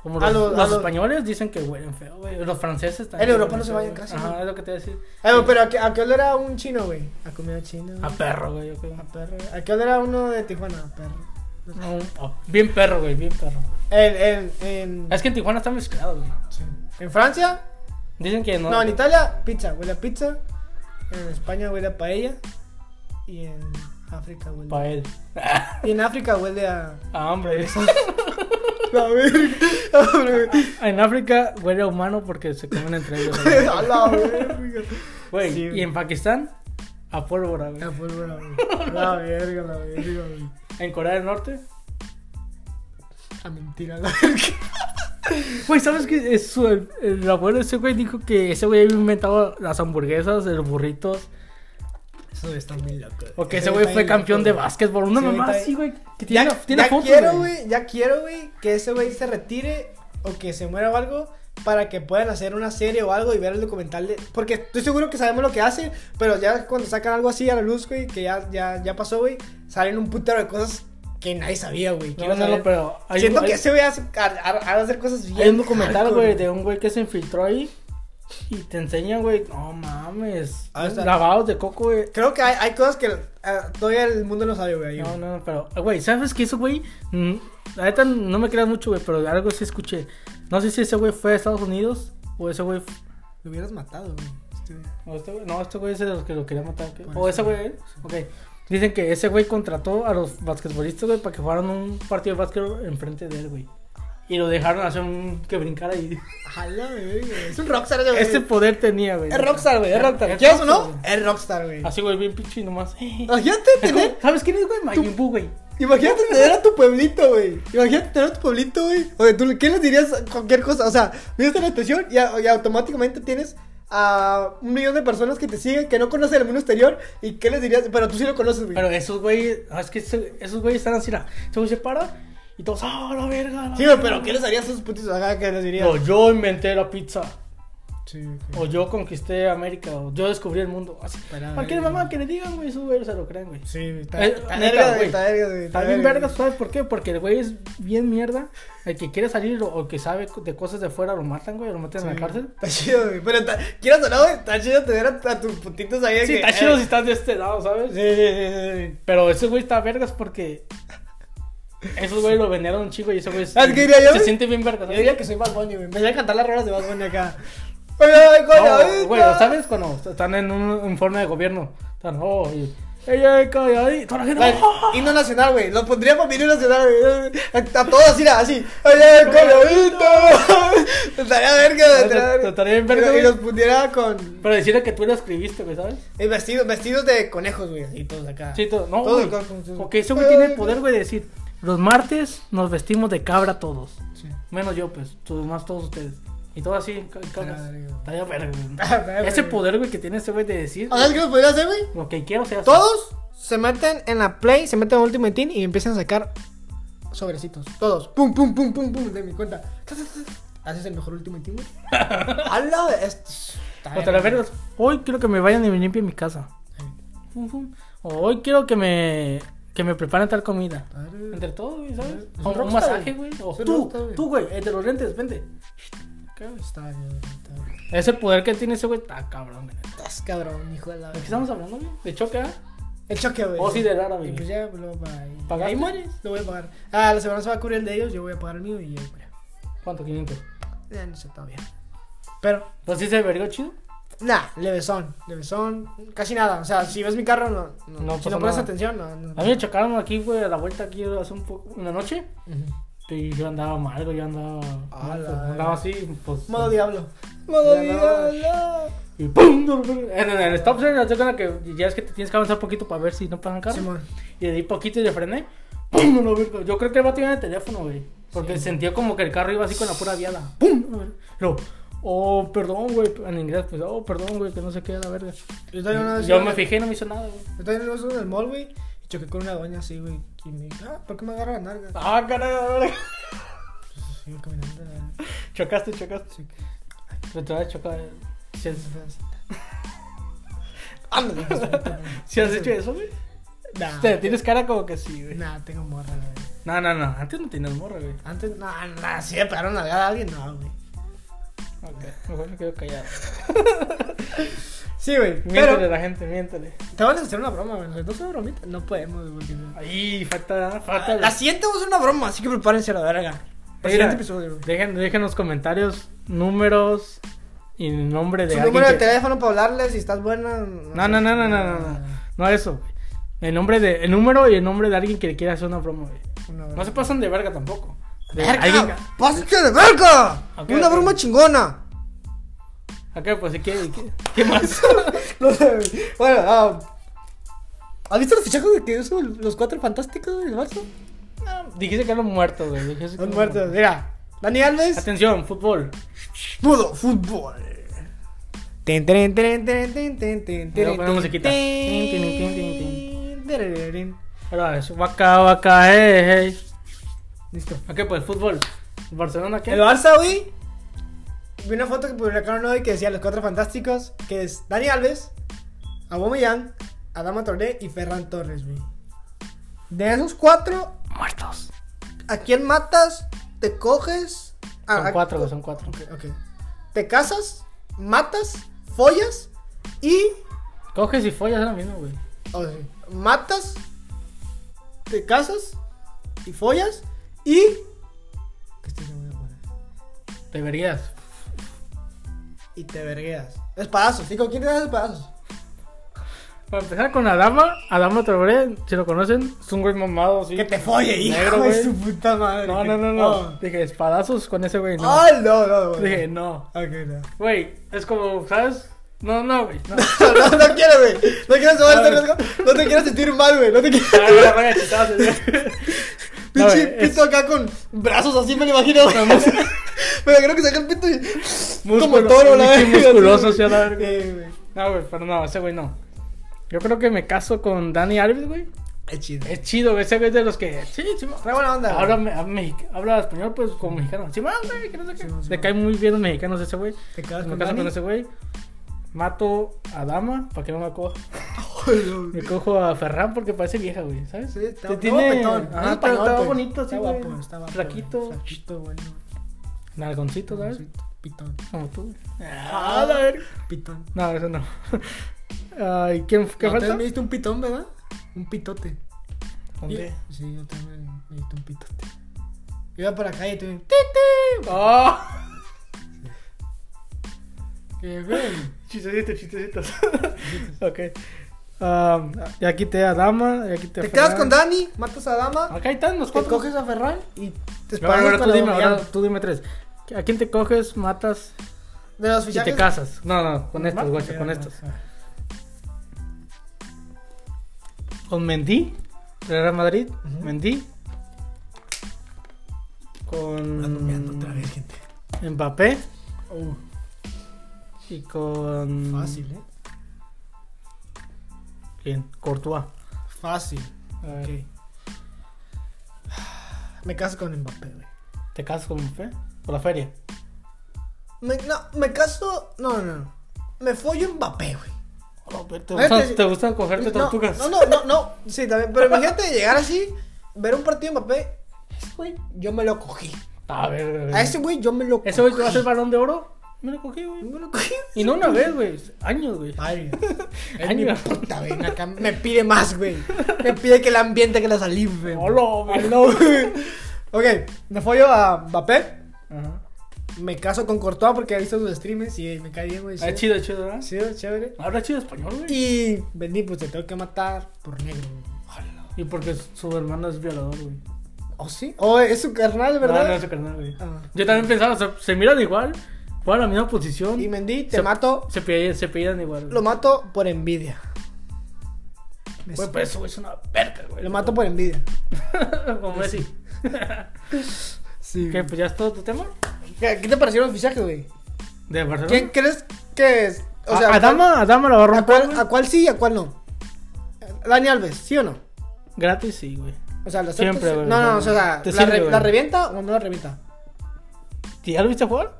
Como los,
A los-
los
a los-
españoles dicen que huelen feo, güey. Los franceses también.
En Europa
huelen
no se
feo,
bañan
güey.
casi,
Ajá,
¿no?
es lo que te voy a decir.
Ay, güey, Ah, pero ¿a qué, a qué olor era un chino, güey? A comida china.
A
güey.
perro, güey, yo creo.
A perro. ¿A qué olor era uno de Tijuana? A perro.
No, a- bien perro, güey, bien perro.
En, en, en,
Es que en Tijuana está mezclado, güey.
en Francia,
Dicen que no.
no. en Italia, pizza, huele a pizza. En España huele a paella. Y en África huele
Para él. Ah,
Y en África huele a.
A hambre.
[laughs] La [laughs] verga.
[laughs] en África huele a humano porque se comen entre
[laughs]
ellos. güey.
A la verga.
Güey,
Sí, güey.
y en Pakistán, a pólvora, güey.
La pólvora, güey.
[laughs]
La verga, la verga, güey.
En Corea del Norte.
A mentira,
[laughs]
la verga.
Güey, ¿sabes qué? Es su- el, el abuelo de ese güey dijo que ese güey había inventado las hamburguesas, los burritos.
Eso está muy loco.
O que ese güey fue campeón de básquetbol. Una
Sí,
mamá
está-
así, güey. Que tiene,
Ya,
tiene
ya
fotos,
quiero, güey. Ya quiero, güey, que ese güey se retire o que se muera o algo para que puedan hacer una serie o algo y ver el documental de... Porque estoy seguro que sabemos lo que hace, pero ya cuando sacan algo así a la luz, güey, que ya, ya, ya pasó, güey, salen un putero de cosas que nadie sabía, güey.
No,
Quiero
no,
saber-
no, pero hay-
Siento
hay-
que ese güey hace, ha- ha- ha de hacer cosas bien.
Hay un documental,
hardcore,
güey, de un güey que se infiltró ahí y te enseña, güey, no mames,
Ah, está.
lavados de coco, güey.
Creo que hay, hay cosas que ah, todavía el mundo no sabe, güey. ahí,
No,
güey.
no, no, pero, güey, ¿sabes qué eso, güey? Mm, La neta no me creas mucho, güey, pero algo sí escuché. No sé si ese güey fue a Estados Unidos o ese güey... f-
Lo hubieras matado, güey. Este güey.
o este güey- No, este güey es de los que lo quería matar. ¿qué?
Por
O
eso,
ese güey, ¿eh? ok. Dicen que ese güey contrató a los basquetbolistas, güey, para que jugaran un partido de básquetbol enfrente de él, güey. Y lo dejaron hacer un... que
[laughs]
brincara y...
Jala, güey. Es un rockstar, güey.
Ese poder tenía, güey.
Es rockstar, güey, es rockstar. ¿Quieres o no? Es rockstar, güey.
Así, güey, bien pinche y nomás. [laughs]
Imagínate
Es como-
tener,
¿Sabes quién es, güey? Majin Buu, güey.
imagínate tener a tu pueblito, güey. Imagínate tener a tu pueblito, güey. Oye, ¿tú qué les dirías a cualquier cosa? O sea, vienes a la estación y, a- y automáticamente tienes a un millón de personas que te siguen, que no conocen el mundo exterior. ¿Y qué les dirías? Pero tú sí lo conoces, güey.
Pero esos güeyes, ah, es que ese- esos güeyes están así, la- ese güey se para y todos, ah, la verga. la
Sí, güey,
verga".
pero ¿qué les harías a esos putos acá? ¿Qué les dirías?
No, yo inventé la pizza.
Sí,
O
ok.
yo conquisté América, o yo descubrí el mundo. Así,
Para
cualquier
verga.
mamá que le digan, güey, eso güey, se lo creen, güey.
Sí, está,
Eh,
está
neta,
verga, güey.
güey.
Está verga, güey. está
Está bien
verga,
verga, ¿sabes por qué? Porque el güey es bien mierda. El que quiere salir o, o que sabe de cosas de fuera lo matan, güey, lo meten en
Sí.
la cárcel.
Está chido, güey. Pero está, quieras o no, güey, está chido tener a, a tus puntitos ahí. de
Sí,
que,
está chido
eh,
si estás de este lado, ¿sabes?
Sí, sí, sí, sí, sí.
Pero ese güey está vergas porque esos güey lo vendieron un chico y ese güey
Ah, ¿qué diría yo,
se
güey?
siente bien vergas.
Yo
¿sabes?
diría que soy Bad Bunny, güey. Me voy a cantar las rolas de Bad Bunny acá. Oye, con la
No,
vida.
güey, ¿lo ¿sabes? Cuando están en un informe de gobierno, están, oh, y ella es calladita, toda la gente,
Vale,
"Oh".
Himno nacional, güey. Lo pondría para mi himno nacional, güey. A, a todos, mira, así. Oye, colorito. Estaría verga, estaría
Estaría bien verga,
Y- Y
güey.
los pudiera con.
Pero decirle que tú lo escribiste, güey, ¿sabes?
eh, vestidos, vestidos de conejos, güey. Y todos acá.
Sí, todo- no,
Todos
güey.
acá con sus-
Porque ese güey tiene el poder, güey, de decir, los martes nos vestimos de cabra todos.
Sí.
Menos yo, pues, todos más todos ustedes. Y todo así, ca- cagas.
verga, güey.
Estaría verga,
[laughs]
güey.
Estaría verga,
Ese
güey.
poder, güey, que tiene ese güey de decir
¿O ¿Sabes qué los podría hacer, güey?
lo que quiero, o sea, [laughs]
Todos se meten en la Play, se meten en Ultimate Team y empiezan a sacar sobrecitos. Todos. Pum, pum, pum, pum, pum. De mi cuenta. Ta, ta, ta. Haces el mejor Ultimate Team, güey. ¡Hala! es-
O te la vergas. Hoy quiero que me vayan y me limpien mi casa. Fum, fum. O hoy quiero que me, que me preparen tal comida. Entre todos, güey, ¿sabes?
Es un
O un,
rockstar,
masaje, güey. O
Es un
tú,
rockstar, güey.
tú, güey, el de los lentes, vente. Acá, güey.
Está bien, está bien.
Ese poder que tiene ese güey está cabrón, güey. ¿De
Estás cabrón, hijo de la.
qué estamos hablando, güey? ¿De choque, ah?
El choque, güey.
O sí, del árabe,
Y pues
güey.
ya, pues, luego para ahí.
¿Pagaste?
Ahí mueres. Lo voy a pagar. Ah, la semana se va a cubrir el de ellos, yo voy a pagar el mío y ya, güey.
¿Cuánto? 500.
Ya no sé, está bien. Pero,
Pues sí se vergó chido.
nah, levesón, levesón, casi nada. O sea, si ves mi carro, no. no,
No
si
pasa
no pones
nada.
atención, no. no.
A mí me chocaron aquí, güey, a la vuelta aquí hace un poco, una noche.
Ujú.
Y yo andaba mal, güey, yo andaba.
A
mal,
la
pues,
verga.
andaba así, pues.
Modo diablo. Modo
Ya no.
diablo.
Y ¡pum! dur- dur- En en el stop sign, hace cuenta que ya es que te tienes que avanzar poquito para ver si no pasan carros.
Simón.
y le di poquito y le frené. ¡Pum! No lo vi, güey. Yo creo que el vato iba en el teléfono, güey. Porque sentía como que el carro iba así con la pura viada. ¡Pum! No lo vi. Pero, oh, perdón, güey. En inglés, pues, oh, perdón, güey, que no sé qué, la verga.
Yo todavía una vez
Yo
iba-
me fijé y no me hizo nada, güey.
Yo todavía una vez iba en el mall, güey. Y choqué con una doña así, güey. Y me dijo, ah, ¿por qué me agarra la narga?
¡Ah, carajo!
Pues sigo caminando. la-
[laughs] Chocaste, chocaste.
Sí.
Pero te vas a chocar. Si [laughs] has,
Ándale. pues, puta,
si has hecho eso, güey.
[laughs] Nah,
Te tienes cara como que sí, güey.
nah, tengo morra, güey.
Ah. No, no, no. Antes no tenías morra, güey.
Antes, nah, nah, si le pegaron una nalgada a alguien, no, güey.
Ok, mejor me quedo callado.
Sí, güey,
Miéntale
pero
a la gente, miéntale.
te van a hacer una broma, güey. ¿Nosotros una bromita? No podemos, güey. porque no.
Ahí, falta, falta.
Ah, La siguiente vamos a hacer una broma, así que prepárense a la verga. Para el
Ah, Mira,
siguiente episodio, güey.
Dejen, dejen los comentarios, números y nombre de
Su
alguien.
número de
que-
teléfono para hablarle, si estás buena. Ah,
No, no, no, no, no, no, no. No eso, güey. El nombre de, el número y el nombre de alguien que le quiera hacer una broma, güey. No se pasan de verga tampoco. De
¡Verga!
alguien-
¡Pásate de verga!
Ok,
¡Una
ok.
broma [laughs] chingona!
Acá, pues, ¿qué, qué, qué más? [laughs]
No sé, güey. Bueno, ah, ¿has visto los fichajes de que hizo el- los cuatro fantásticos del Barça?
No, dijiste que eran muertos, güey. dijiste que
Son
eran
muertos, mira. Dani Alves,
Atención, fútbol.
pudo fútbol. Tin, tirin, tirin, tirin, tin, tin, tin,
Voy a
tirin,
poner
tin,
musiquita. Tin, tin, tin, tin,
tin, tirirín.
Ahora, eso, va acá, va acá, hey, hey.
Listo.
Acá, pues, fútbol. Barcelona, ¿qué?
El Barça, güey. Vi una foto que publicaron hoy que decía los cuatro fantásticos, que es Dani Alves, Aubameyang, Adama Torné y Ferran Torres, güey. De esos cuatro,
Muertos.
¿a quién matas? ¿Te coges? Ah,
Son
ah,
cuatro, güey, son cuatro.
Ok, ok. Te casas, matas, follas y.
Coges y follas es lo mismo, güey.
o sea, matas, te casas y follas y. que estoy seguro de poner,
Deberías.
Y te vergueas. Espadazos. ¿Y con quién te das espadazos?
Para empezar con Adama, Adama Traoré, si lo conocen, es un güey mamado, sí.
Que te folle, hijo
Negro,
de
güey.
su puta madre.
No, no, no, no. Dije, espadazos con ese güey,
Oh.
no.
Ay, no, no, güey.
Oh. Dije, no.
Ok, no. [laughs]
Güey, es como, ¿sabes? No, no, güey. No. Ah,
No, no quiero, güey. No quiero tomar este riesgo. No te quiero sentir mal, güey. No te quiero.
Ah, güey, vaya chitazo, güey. [laughs] No,
Pinche
güey, es-
pito acá con brazos así, me lo imagino, güey. [laughs] me imagino que saca el
[laughs]
pito y. como
Músculo,
toro, la
pinche
verga,
musculoso,
así,
sí, a la verga.
Sí, güey.
No, güey, pero no, ese güey no. Yo creo que me caso con Dani Alves, güey.
Es chido.
Es chido, güey. Ese güey es de los que. Sí, sí,
Trae buena onda.
Habla,
güey.
me- a- mexi- habla español, pues como mexicano. Sí, güey, que no sé qué.
Simón,
Le
Simón.
caen muy bien los mexicanos a ese güey.
Te quedas
Me
con
caso con
Dani.
ese güey. Mato a Dama para que no me coja.
[laughs] Ay, no,
Me
güey.
cojo a Ferran porque parece vieja, güey, ¿sabes?
Sí, está-
Te
estaba
tiene...
petón,
Ajá,
es
está-
español,
estaba
pues.
bonito,
Está
sí, güey.
guapo, está guapo,
Flaquito,
güey. Flaquito, bueno.
nalgoncito, ¿sabes?
Pitón.
Como tú. güey.
Ah,
Ah, la verga.
Pitón.
No, eso no. [laughs] Ay, ¿quién, ¿qué
No,
falta?
también me diste un pitón, ¿verdad? Un pitote.
¿Dónde?
Sí, yo también me diste un pitote. Iba para la calle y tuve.
¡Oh!
¡Qué güey!
[laughs] Chistecitos, chistecitos. [laughs] ok. Ah, ya quité a Dama, ya quité a
Te Ah. quedas con
Ferran.
Dani, matas a Dama,
Acá están los
te
cuatro.
coges a Ferran y te
No, ahora
espadas
tú
con la
dime,
Dama.
ahora tú dime tres. ¿A quién te coges, matas
De los
y te
fichajes.
casas? No, no, con estos, guacha,
Ya,
con
ya,
estos.
ya.
Con Mendy, del Real Madrid,
Ujú.
Mendy.
Ando meando otra
Con
vez, gente.
Mbappé
Mm. Uh,
y con.
fácil, ¿eh?
¿Quién? Courtois.
Fácil.
A ver,
Ok. Me caso con Mbappé, güey.
¿Te casas con Mbappé? ¿Por la feria?
Me, no, me caso. No, no, no. Me follo Mbappé, güey.
Oh, ¿Te,
Fíjate,
gustan, te gustan cogerte
Ah, este No,
tortugas?
No, no, no, no. Sí, también. Pero imagínate llegar así, ver un partido de Mbappé. Ese güey, yo me lo cogí.
A ver, a ver.
A ese güey, yo me lo cogí.
Ese güey que va a ser balón de oro. Me lo cogí,
Yo
güey.
me lo cogí.
Y no una vez, güey. Años, güey.
[laughs] Ay, es mi
Años.
puta, güey. [laughs] Acá me pide más, güey. Me pide que el ambiente que la salí, güey.
Hola, güey.
No, güey. Ok, me follo a Mbappé.
Ajá.
Me caso con Courtois porque he visto sus streamers y me cae bien, güey.
Ah, chido, chido, ¿verdad?
Chido, chévere.
Habla chido español, güey.
Y vendí, pues te tengo que matar por negro. Hola.
Y porque su hermano es violador, güey.
¿O Oh, sí? ¿O es su carnal, verdad?
No, no es su carnal, güey.
Ah.
Yo también pensaba, o sea, se miran igual, juegan la misma posición.
Y Mendy, te
Se-
mato.
Se pillan, se pillan igual.
Lo
Güey,
mato por envidia. Me-
Güey, pues eso, güey, es una verga, güey.
Lo mato por envidia.
[laughs] Como Messi.
Sí.
¿Qué,
¿Qué,
pues ya es todo tu tema?
qué te parecieron los fichajes, güey?
De Barcelona.
¿Quién crees que es? O sea,
a,
¿a cuál-
Adama, Adama la va a
¿a
romper.
cuál,
güey.
¿a cuál sí y a cuál no? Dani Alves, ¿sí o no?
Gratis, sí, güey.
O sea, ¿lo aceptas?
Siempre, güey.
No, no, o sea,
Te
¿la,
sirve,
re-
güey.
¿la revienta o no la revienta?
¿Tú ¿Ya lo viste jugar?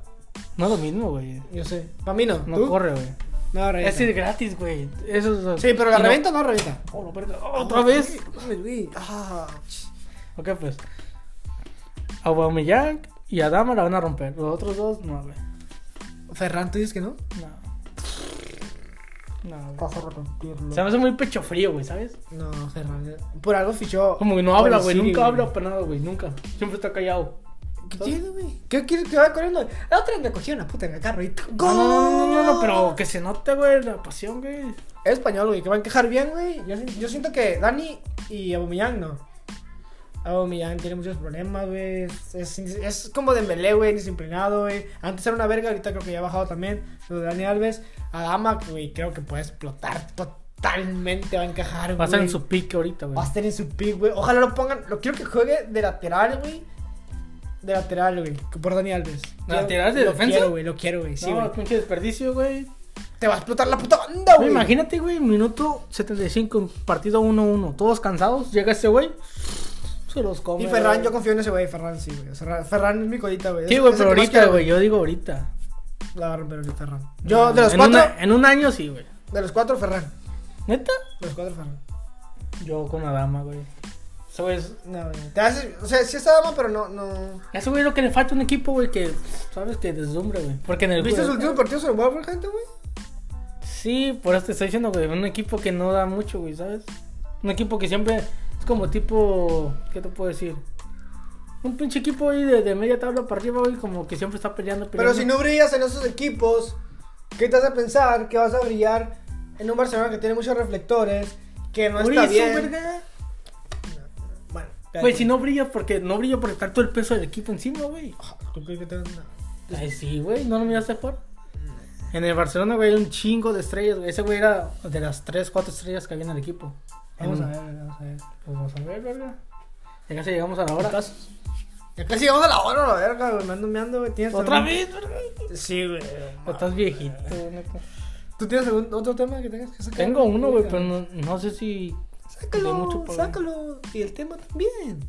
No es lo mismo, güey.
Yo sé. Para mí no.
No
¿Tú?
corre, güey.
No la revienta.
Es decir, gratis, güey. Eso es.
Sí, pero la
y no-
revienta o no la revienta.
Oh, la verga. Oh, ¿Otra vez?
Ay, güey. Ah, ch-
Ok, pues. Aubameyang y Adama la van a romper. Los otros dos, no, güey.
Ferran, ¿tú dices que no?
No. No, güey.
Vas a arrepentirlo.
Se me hace muy pecho frío, güey, ¿sabes?
No, Ferran. eh, Por algo fichó.
Como que no habla,
por
güey.
el City,
Nunca habla para nada, güey. Nunca. Siempre está callado.
¿Qué tiene, güey? ¿Qué quieres que vaya corriendo? La otra vez me cogieron una puta en el carro y.
No, no, no, no, no, no, pero que se note, güey, la pasión, güey.
Es español, güey, que va a encajar bien, güey. Yo, si- yo siento que Dani y Aubameyang no. Aubameyang tiene muchos problemas, güey. Es, es, es como Dembélé, güey, disciplinado, güey. Antes era una verga, ahorita creo que ya ha bajado también. Lo de Dani Alves. Adama, güey, creo que puede explotar totalmente, va a encajar, güey.
Va a estar en su pique ahorita, güey.
Va a estar en su pick, güey. Ojalá lo pongan. Lo quiero que juegue de lateral, güey. De lateral, güey. que Por Dani Alves. Quiero-
¿Lateral de
lo
defensa?
Quiero, güey, lo quiero, güey. Sí, güey.
No, pinche desperdicio, güey.
Te va a explotar la puta banda,
Güey,
güey.
Imagínate, güey, minuto 75, partido 1-1, todos cansados, llega ese güey, se los come.
Y Ferran,
güey.
yo confío en ese güey, Ferran sí, güey. O sea, Ferran es mi codita, güey.
Sí,
Es-
güey,
es el
pero
que más
ahorita,
quiero,
güey, yo digo ahorita.
La va a romper ahorita, Ferran. Yo, de los
en
cuatro,
una- en un año sí, güey.
de los cuatro, Ferran.
¿Neta?
De los cuatro, Ferran.
Yo con la dama, güey. Ese güey es-
No, güey. Te hace, o sea, sí está dama, pero no, no.
ese güey es lo que le falta a un equipo, güey, que, sabes, que deslumbre, güey. Porque en el...
¿Viste su último partido sobre Wolverhampton, güey?
Sí, por eso te estoy diciendo, güey, un equipo que no da mucho, güey, ¿sabes? Un equipo que siempre es como tipo, ¿qué te puedo decir? Un pinche equipo ahí de, de media tabla para arriba, güey, como que siempre está peleando, peleando.
Pero si no brillas en esos equipos, ¿qué te hace pensar que vas a brillar en un Barcelona que tiene muchos reflectores, que no
Por
está
eso,
bien?
verga.
Bueno,
Güey, si no brilla porque no brilla porque está todo el peso del equipo encima, güey.
¿Tú crees que te no.
Ay, sí, güey, no lo miraste jugar. En el Barcelona, güey, hay un chingo de estrellas, güey. Ese güey era de las 3, 4 estrellas que había en el equipo.
Vamos
En-
a ver, vamos a ver.
Pues vamos a ver, verga. Ya casi llegamos a la hora.
Ya casi llegamos a la hora, la verga, güey. Me ando meando, güey. ¿Tienes
¿Otra
algún-
vez, verga?
Sí, güey.
O
Ah,
estás viejito, neta.
¿Tú tienes algún otro tema que tengas que sacar?
Tengo uno, güey, pero no, no sé si
Sácalo,
mucho por ver.
sácalo. Y el tema también.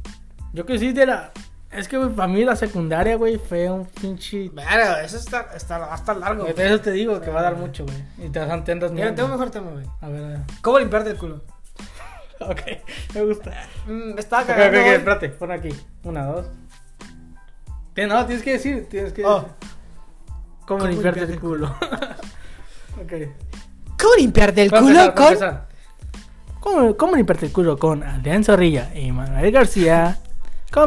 Yo que sí, de la. Es que, güey, para mí la secundaria, güey, fue un pinche.
Claro, eso está, está, va a estar largo.
Güey,
güey.
de eso te digo que va a dar mucho, güey. Y te vas a entender
Mira,
mierda.
tengo un mejor tema, güey.
A ver, [laughs] a ver.
¿Cómo limpiarte el culo?
Ok, me gusta.
Mm, me estaba
[laughs] Ok, ok,
cagando.
ok,
güey.
espérate, pon aquí. Una, dos. Tien- No, tienes que decir, tienes que
Oh.
decir. ¿Cómo,
¿Cómo
limpiarte
limpiarte el
el culo? [laughs] ok.
¿Cómo limpiarte el
Para
culo
empezar, para
con...?
empezar. ¿Cómo, ¿Cómo limpiarte el culo con Adrián Zorrilla y Manuel [laughs] García?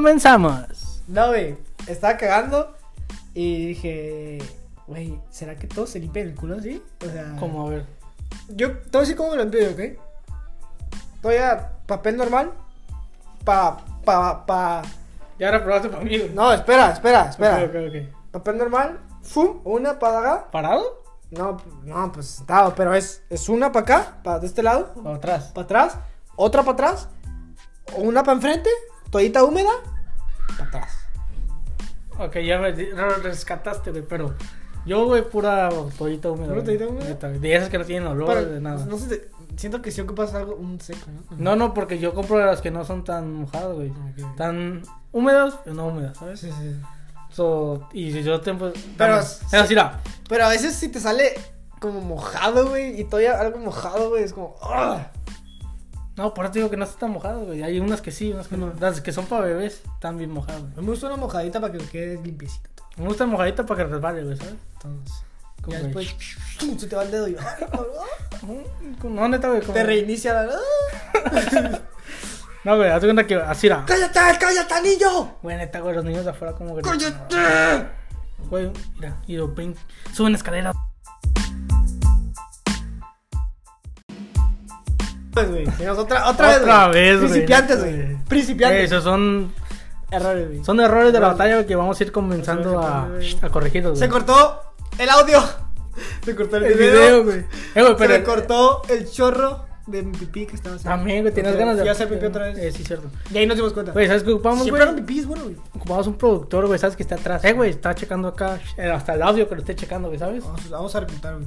Comenzamos.
No, güey. Estaba cagando y dije... Güey, ¿será que todos se limpian el culo así? O sea...
¿Cómo? A ver.
Yo te voy a decir cómo me lo envío, ¿ok? Voy a papel normal. Pa, pa, pa.
Ya ahora probaste para mí.
No, espera, espera, espera.
Ok, ok,
Papel normal. Fum, una para acá.
ok. ¿Parado?
No, no, pues sentado, pero es, es una para acá, para de este lado,
¿O atrás?
para atrás, otra para atrás, una para enfrente, todita húmeda, para atrás.
Ok, ya me di- re- rescataste, güey, pero yo, güey, pura toallita húmeda.
¿Pura
güey.
toallita húmeda?
Neta, güey. De esas que no tienen olor,
Pero,
de nada.
No sé, te- siento que si ocupas algo, un seco, ¿no?
No, no, porque yo compro las que no son tan mojadas, güey.
Ok.
Tan húmedas, pero no húmedas, ¿sabes?
Sí, sí.
So, y si yo te... Pues,
Pero
vamos. Es así, la...
Pero a veces si te sale como mojado, güey, y todavía algo mojado, güey, es como... ¡ah!
No, por eso te digo que no están tan mojado, güey. Hay unas que sí, unas que no. Las que son para bebés están bien mojadas, güey.
Me gusta una mojadita para que quede limpiecito.
Me gusta mojadita para que resbale, güey, ¿sabes?
Entonces,
Como
ya
que-
después ¡tum! se te va el dedo y ¡ay, cabrón!
Mm, No, neta, güey. como-
te reinicia la... ¡ah!
No, güey, haz de cuenta que así, la...
¡Cállate, cállate, niño!
Güey, neta, güey, los niños de afuera como que...
¡Cállate!
Güey, mira, y lo pin- Suben escalera.
Pues, güey, tenemos otra, otra,
Otra
vez,
vez, güey.
Principiantes, güey.
Güey,
Principiantes.
esos son,
Errores, güey.
son errores de la
Errores.
batalla güey, que vamos a ir comenzando a,
Errores, güey.
a corregirlos.
Se
güey.
cortó el audio. [laughs] Se cortó el,
el
video.
video, güey. Eh, güey,
Se
pero
me cortó el chorro de mi pipí que estaba haciendo.
También, güey, tenías
Ok,
ganas de.
Ya se pipí otra vez.
Eh, sí, cierto.
Y ahí nos dimos cuenta.
Güey, ¿sabes qué ocupamos,
Siempre
güey?
eran pipís, bueno, güey.
Ocupamos un productor, güey, ¿sabes que está atrás? Eh, güey, está checando acá. eh, Hasta el audio que lo esté checando, güey, ¿sabes?
Vamos, vamos a reclutar, güey.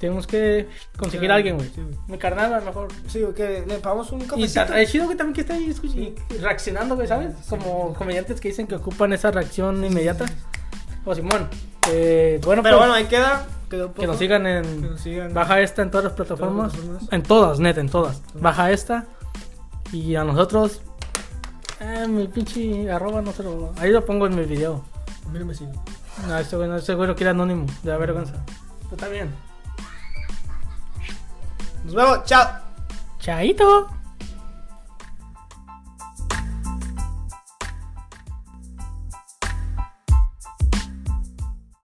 Tenemos que conseguir
Ah. Sí,
a alguien, güey.
sí, güey.
Mi carnal, a lo mejor.
Sí, güey, que le pagamos un
Y
cafecito.
está es chido que también que está ahí escuch- y reaccionando, güey, ¿sabes? Como comediantes que dicen que ocupan esa reacción inmediata. O Simón, eh, bueno,
Pero
pues,
bueno, ahí queda. Quedó poco.
que nos sigan en...
Que nos sigan.
Baja esta en todas las
Todas
plataformas.
las plataformas.
En todas, neta, en todas. Baja esta. Y a nosotros... Eh, mi pinche arroba no se lo... Ahí lo pongo en mi video.
A mí no me sigue.
No, este güey, no, este güey lo quiere anónimo. De la vergüenza. Está bien.
Nos vemos, chao.
Chaito.